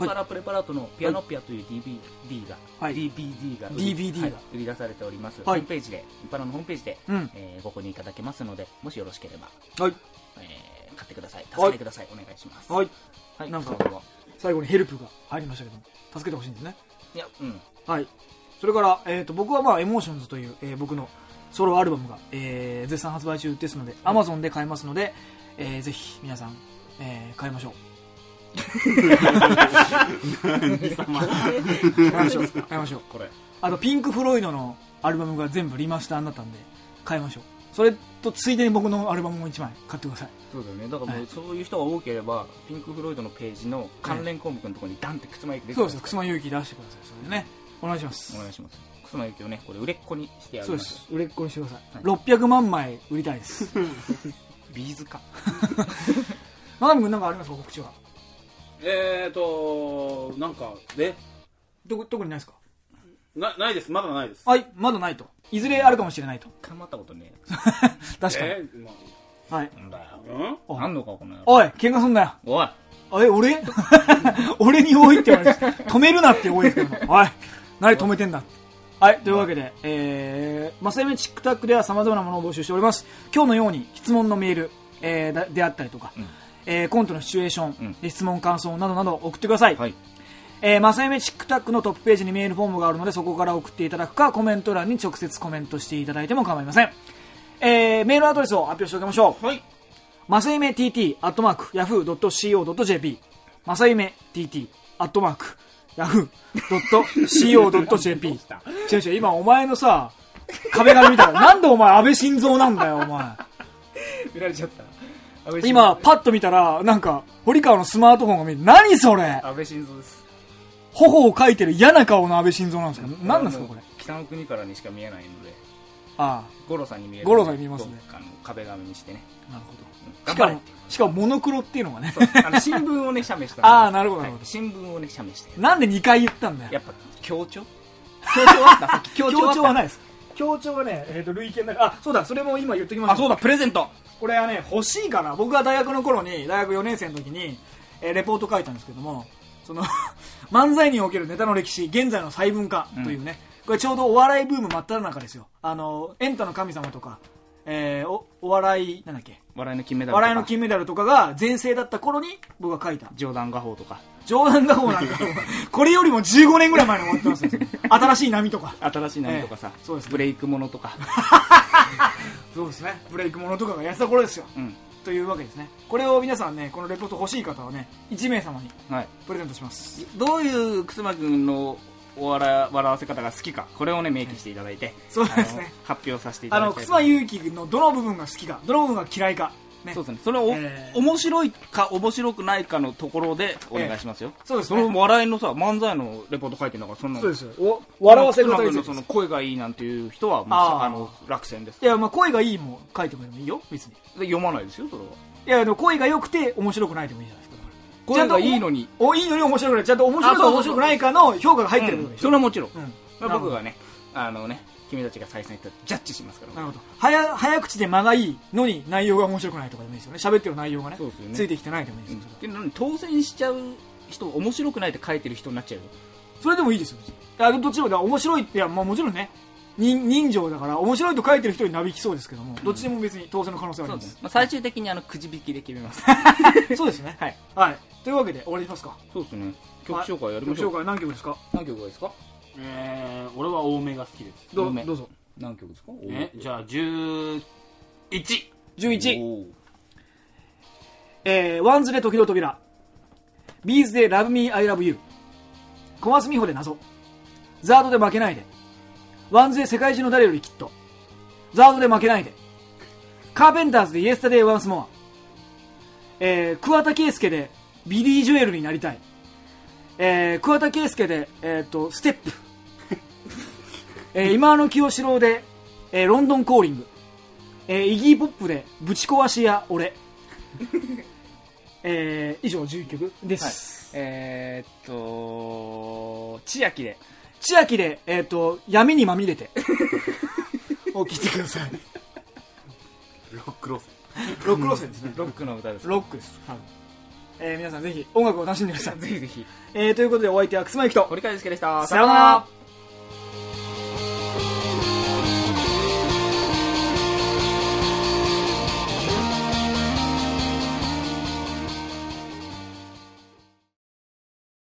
S2: ユパラプレパラートのピアノピアという DVD が、
S1: はい
S2: DVD が
S1: DVD が
S2: はい売り出されております、
S1: はい
S2: ホームページでユパラのホームページで、
S1: うん
S2: えーご購入いただけますのでもしよろしければ、
S1: はい
S2: えー買ってください助けてください、お願いします
S1: はい
S2: はい
S1: なんか
S2: その後
S1: 最後にヘルプが入りましたけども助けてほしいんですね
S2: いやうん
S1: はいそれから、えー、と僕は、まあ、エモーションズという、えー僕のソロアルバムが、えー絶賛発売中ですので Amazon で買えますので、えーぜひ皆さん、えー買いましょう買いましょう買いましょう
S2: これ
S1: あとピンク・フロイドのアルバムが全部リマスターになったんで買いましょうそれとついでに僕のアルバムも1枚買ってください
S2: そうだよねだからも
S1: はいう
S2: そういう人が多ければピンク・フロイドのページの関連項目のところにダンってくつまゆき出て
S1: そうで
S2: く
S1: す
S2: る
S1: よ楠間勇気出してくださいそれでねお願いします
S2: お願いしますくつまゆきをねこれ売れっ子にしてやり
S1: そう
S2: ま
S1: ですす売れっ子にしてください、
S2: はい
S1: 600万枚売りたいです
S2: ビーズか
S1: 真鍋君なんかありますか告知は
S3: えーと、なんか、で、
S1: 特特にないですか
S3: な、ないです。まだないです。
S1: はいまだないといずれあるかもしれないと
S2: 頑張ったことね
S1: 確かに、
S3: えーま
S1: はい
S2: なんだよ
S3: あ、うん
S1: お
S2: あんのかこの野郎
S1: おい喧嘩すんなよ
S2: おい
S1: あえ俺 俺に多いって言われて止めるなって多いですけどもおい何止めてんだはいというわけで、えー、マサイメチックタックでは様々なものを募集しております今日のように質問のメール、えーだであったりとか、えーコントのシチュエーション、質問感想などなど送ってください、
S2: はい
S1: えー、マサイメチックタックのトップページにメールフォームがあるのでそこから送っていただくかコメント欄に直接コメントしていただいても構いません、えー、メールアドレスを発表しておきましょう
S2: はい
S1: マサイメ TT アットマーク Yahoo.co.jp マサイメ TT アットマーク Yahoo.co.jp 違う違う今お前のさ壁紙見たらなんでお前安倍晋三なんだよお前
S2: 見られちゃった安倍
S1: 今パッと見たらなんか堀川のスマートフォンが見えて何それ
S2: 安倍晋三です
S1: 頬を描いてる嫌な顔の安倍晋三なんですか何なんですかこれ
S2: あの北の国からにしか見えないので
S1: あ
S2: 五郎さんに見える
S1: 五郎さんに見えますね
S2: どっかの壁紙にしてね
S1: あなるほど
S2: 頑
S1: しか
S2: 張れ
S1: もしかもモノクロっていうのがね
S2: そう あの新聞をね写メした
S1: ああなるほどなるほど
S2: はい新聞をね写メして
S1: なんで2回言ったんだよ
S2: やっぱ強調強調はあったさっき強調
S1: 協調はない
S2: い
S1: です協調はね、えー、と累計の中あそうだそれも今言っときまし
S2: あ
S1: た
S2: そうだプレゼント
S1: これはね欲しいから僕が大学の頃に大学4年生の時に、えーレポート書いたんですけどもその 漫才におけるネタの歴史現在の細分化というね、これちょうどお笑いブーム真っ只中ですよあのエンタの神様とか、えーおお笑いなんだっけ
S2: 笑いの金メダルとか
S1: 笑いの金メダルとかが全盛だった頃に僕が書いた
S2: 冗談画法とか
S1: 冗談画法なんかこれよりも15年ぐらい前に終わってますよ新しい波とか
S2: 新しい波とかさ、
S1: ええそうですね
S2: ブレイクもの とか
S1: そうですねブレイクものとかがやってた頃ですよ
S2: うん
S1: というわけですねこれを皆さんねこのレポート欲しい方はね1名様に
S2: はい
S1: プレゼントします
S2: どういうくすま君のお笑い笑わせ方が好きかこれをね明記していただいて
S1: そうですね
S2: あの発表させてい
S1: あ
S2: ただ
S1: の
S2: きたい
S1: 楠
S2: と思
S1: 間
S2: います
S1: 勇気のどの部分が好きかどの部分が嫌いかね
S2: そうですねそれを、
S1: えー
S2: 面白いか面白くないかのところでお願いしますよ、
S1: えそうです
S2: そ
S1: ね
S2: の笑いのさ漫才のレポート書いてんだからそんなの
S1: そうですよお笑わせ
S2: 妻
S1: 方に
S2: 君
S1: ついて
S2: のその声がいいなんていう人はもう
S1: あー
S2: あの落選です
S1: いやまあ声がいいも書いてもいいもいいよ別に
S2: で読まないですよそれはい
S1: やでも声が良くて面白くないでもいいじゃないですか
S2: 声がいいのに
S1: ちゃんとおいいのに面白くないちゃんと面白い
S2: あ
S1: か
S2: そう
S1: 面白くないかの評価が入ってるってことでし
S2: そ
S1: ょ
S2: れはもちろん、
S1: うん
S2: まあ、僕がねあのね君たちが再選したジャッジしますから
S1: なるほど早早口で間がいいのに内容が面白くないとかでもいいですよね喋ってる内容がね
S2: そうですよね
S1: ついてきてないでもいいですよそれは
S2: でなのに当選しちゃう人面白くないって書いてる人になっちゃうよ
S1: それでもいいですよ別にあのどっちもだから面白いっていや、まあ、もちろんね人人情だから面白いと書いてる人になびきそうですけどもどっちでも別に当選の可能性はあります
S2: まあ、最終的にあのくじ引きで決めます
S1: そうですね
S2: はい
S1: はいというわけで終わりますか
S2: そうですね曲紹介やりましょ
S1: 曲紹
S2: う
S1: 介何曲ですか
S2: 何曲がいいですか
S3: えー、俺は多めが好きです。
S1: ど
S2: ごめん
S1: どうぞ
S2: 何曲ですか
S3: え、じゃあ、11。
S1: 11、
S2: おー
S1: えー、ワンズで時の扉、ビーズで Love Me I Love You、小松美穂で謎、ザードで負けないで、ワンズで世界中の誰よりきっと、ザードで負けないで、カーペンターズでイエスタデイワンスモア、えー、桑田佳祐でビリー・ジュエルになりたい、えー、桑田佳祐で、えー、とステップ、えー、今の清志郎で、えーロンドンコーリング、えー、イギー・ポップでぶち壊しや俺、えー、以上11曲です、
S2: はい えー、っと千秋で
S1: 千秋で、えー、と闇にまみれて を聞いてください
S3: ロックロス。
S1: ロック路線ですね
S2: ロックの歌です
S1: ロックです、はいえー皆さんぜひ音楽を楽しんでください
S2: ぜひぜひ
S1: えーということでお相手はくすまゆきと
S2: 堀川祐介でした
S1: さようなら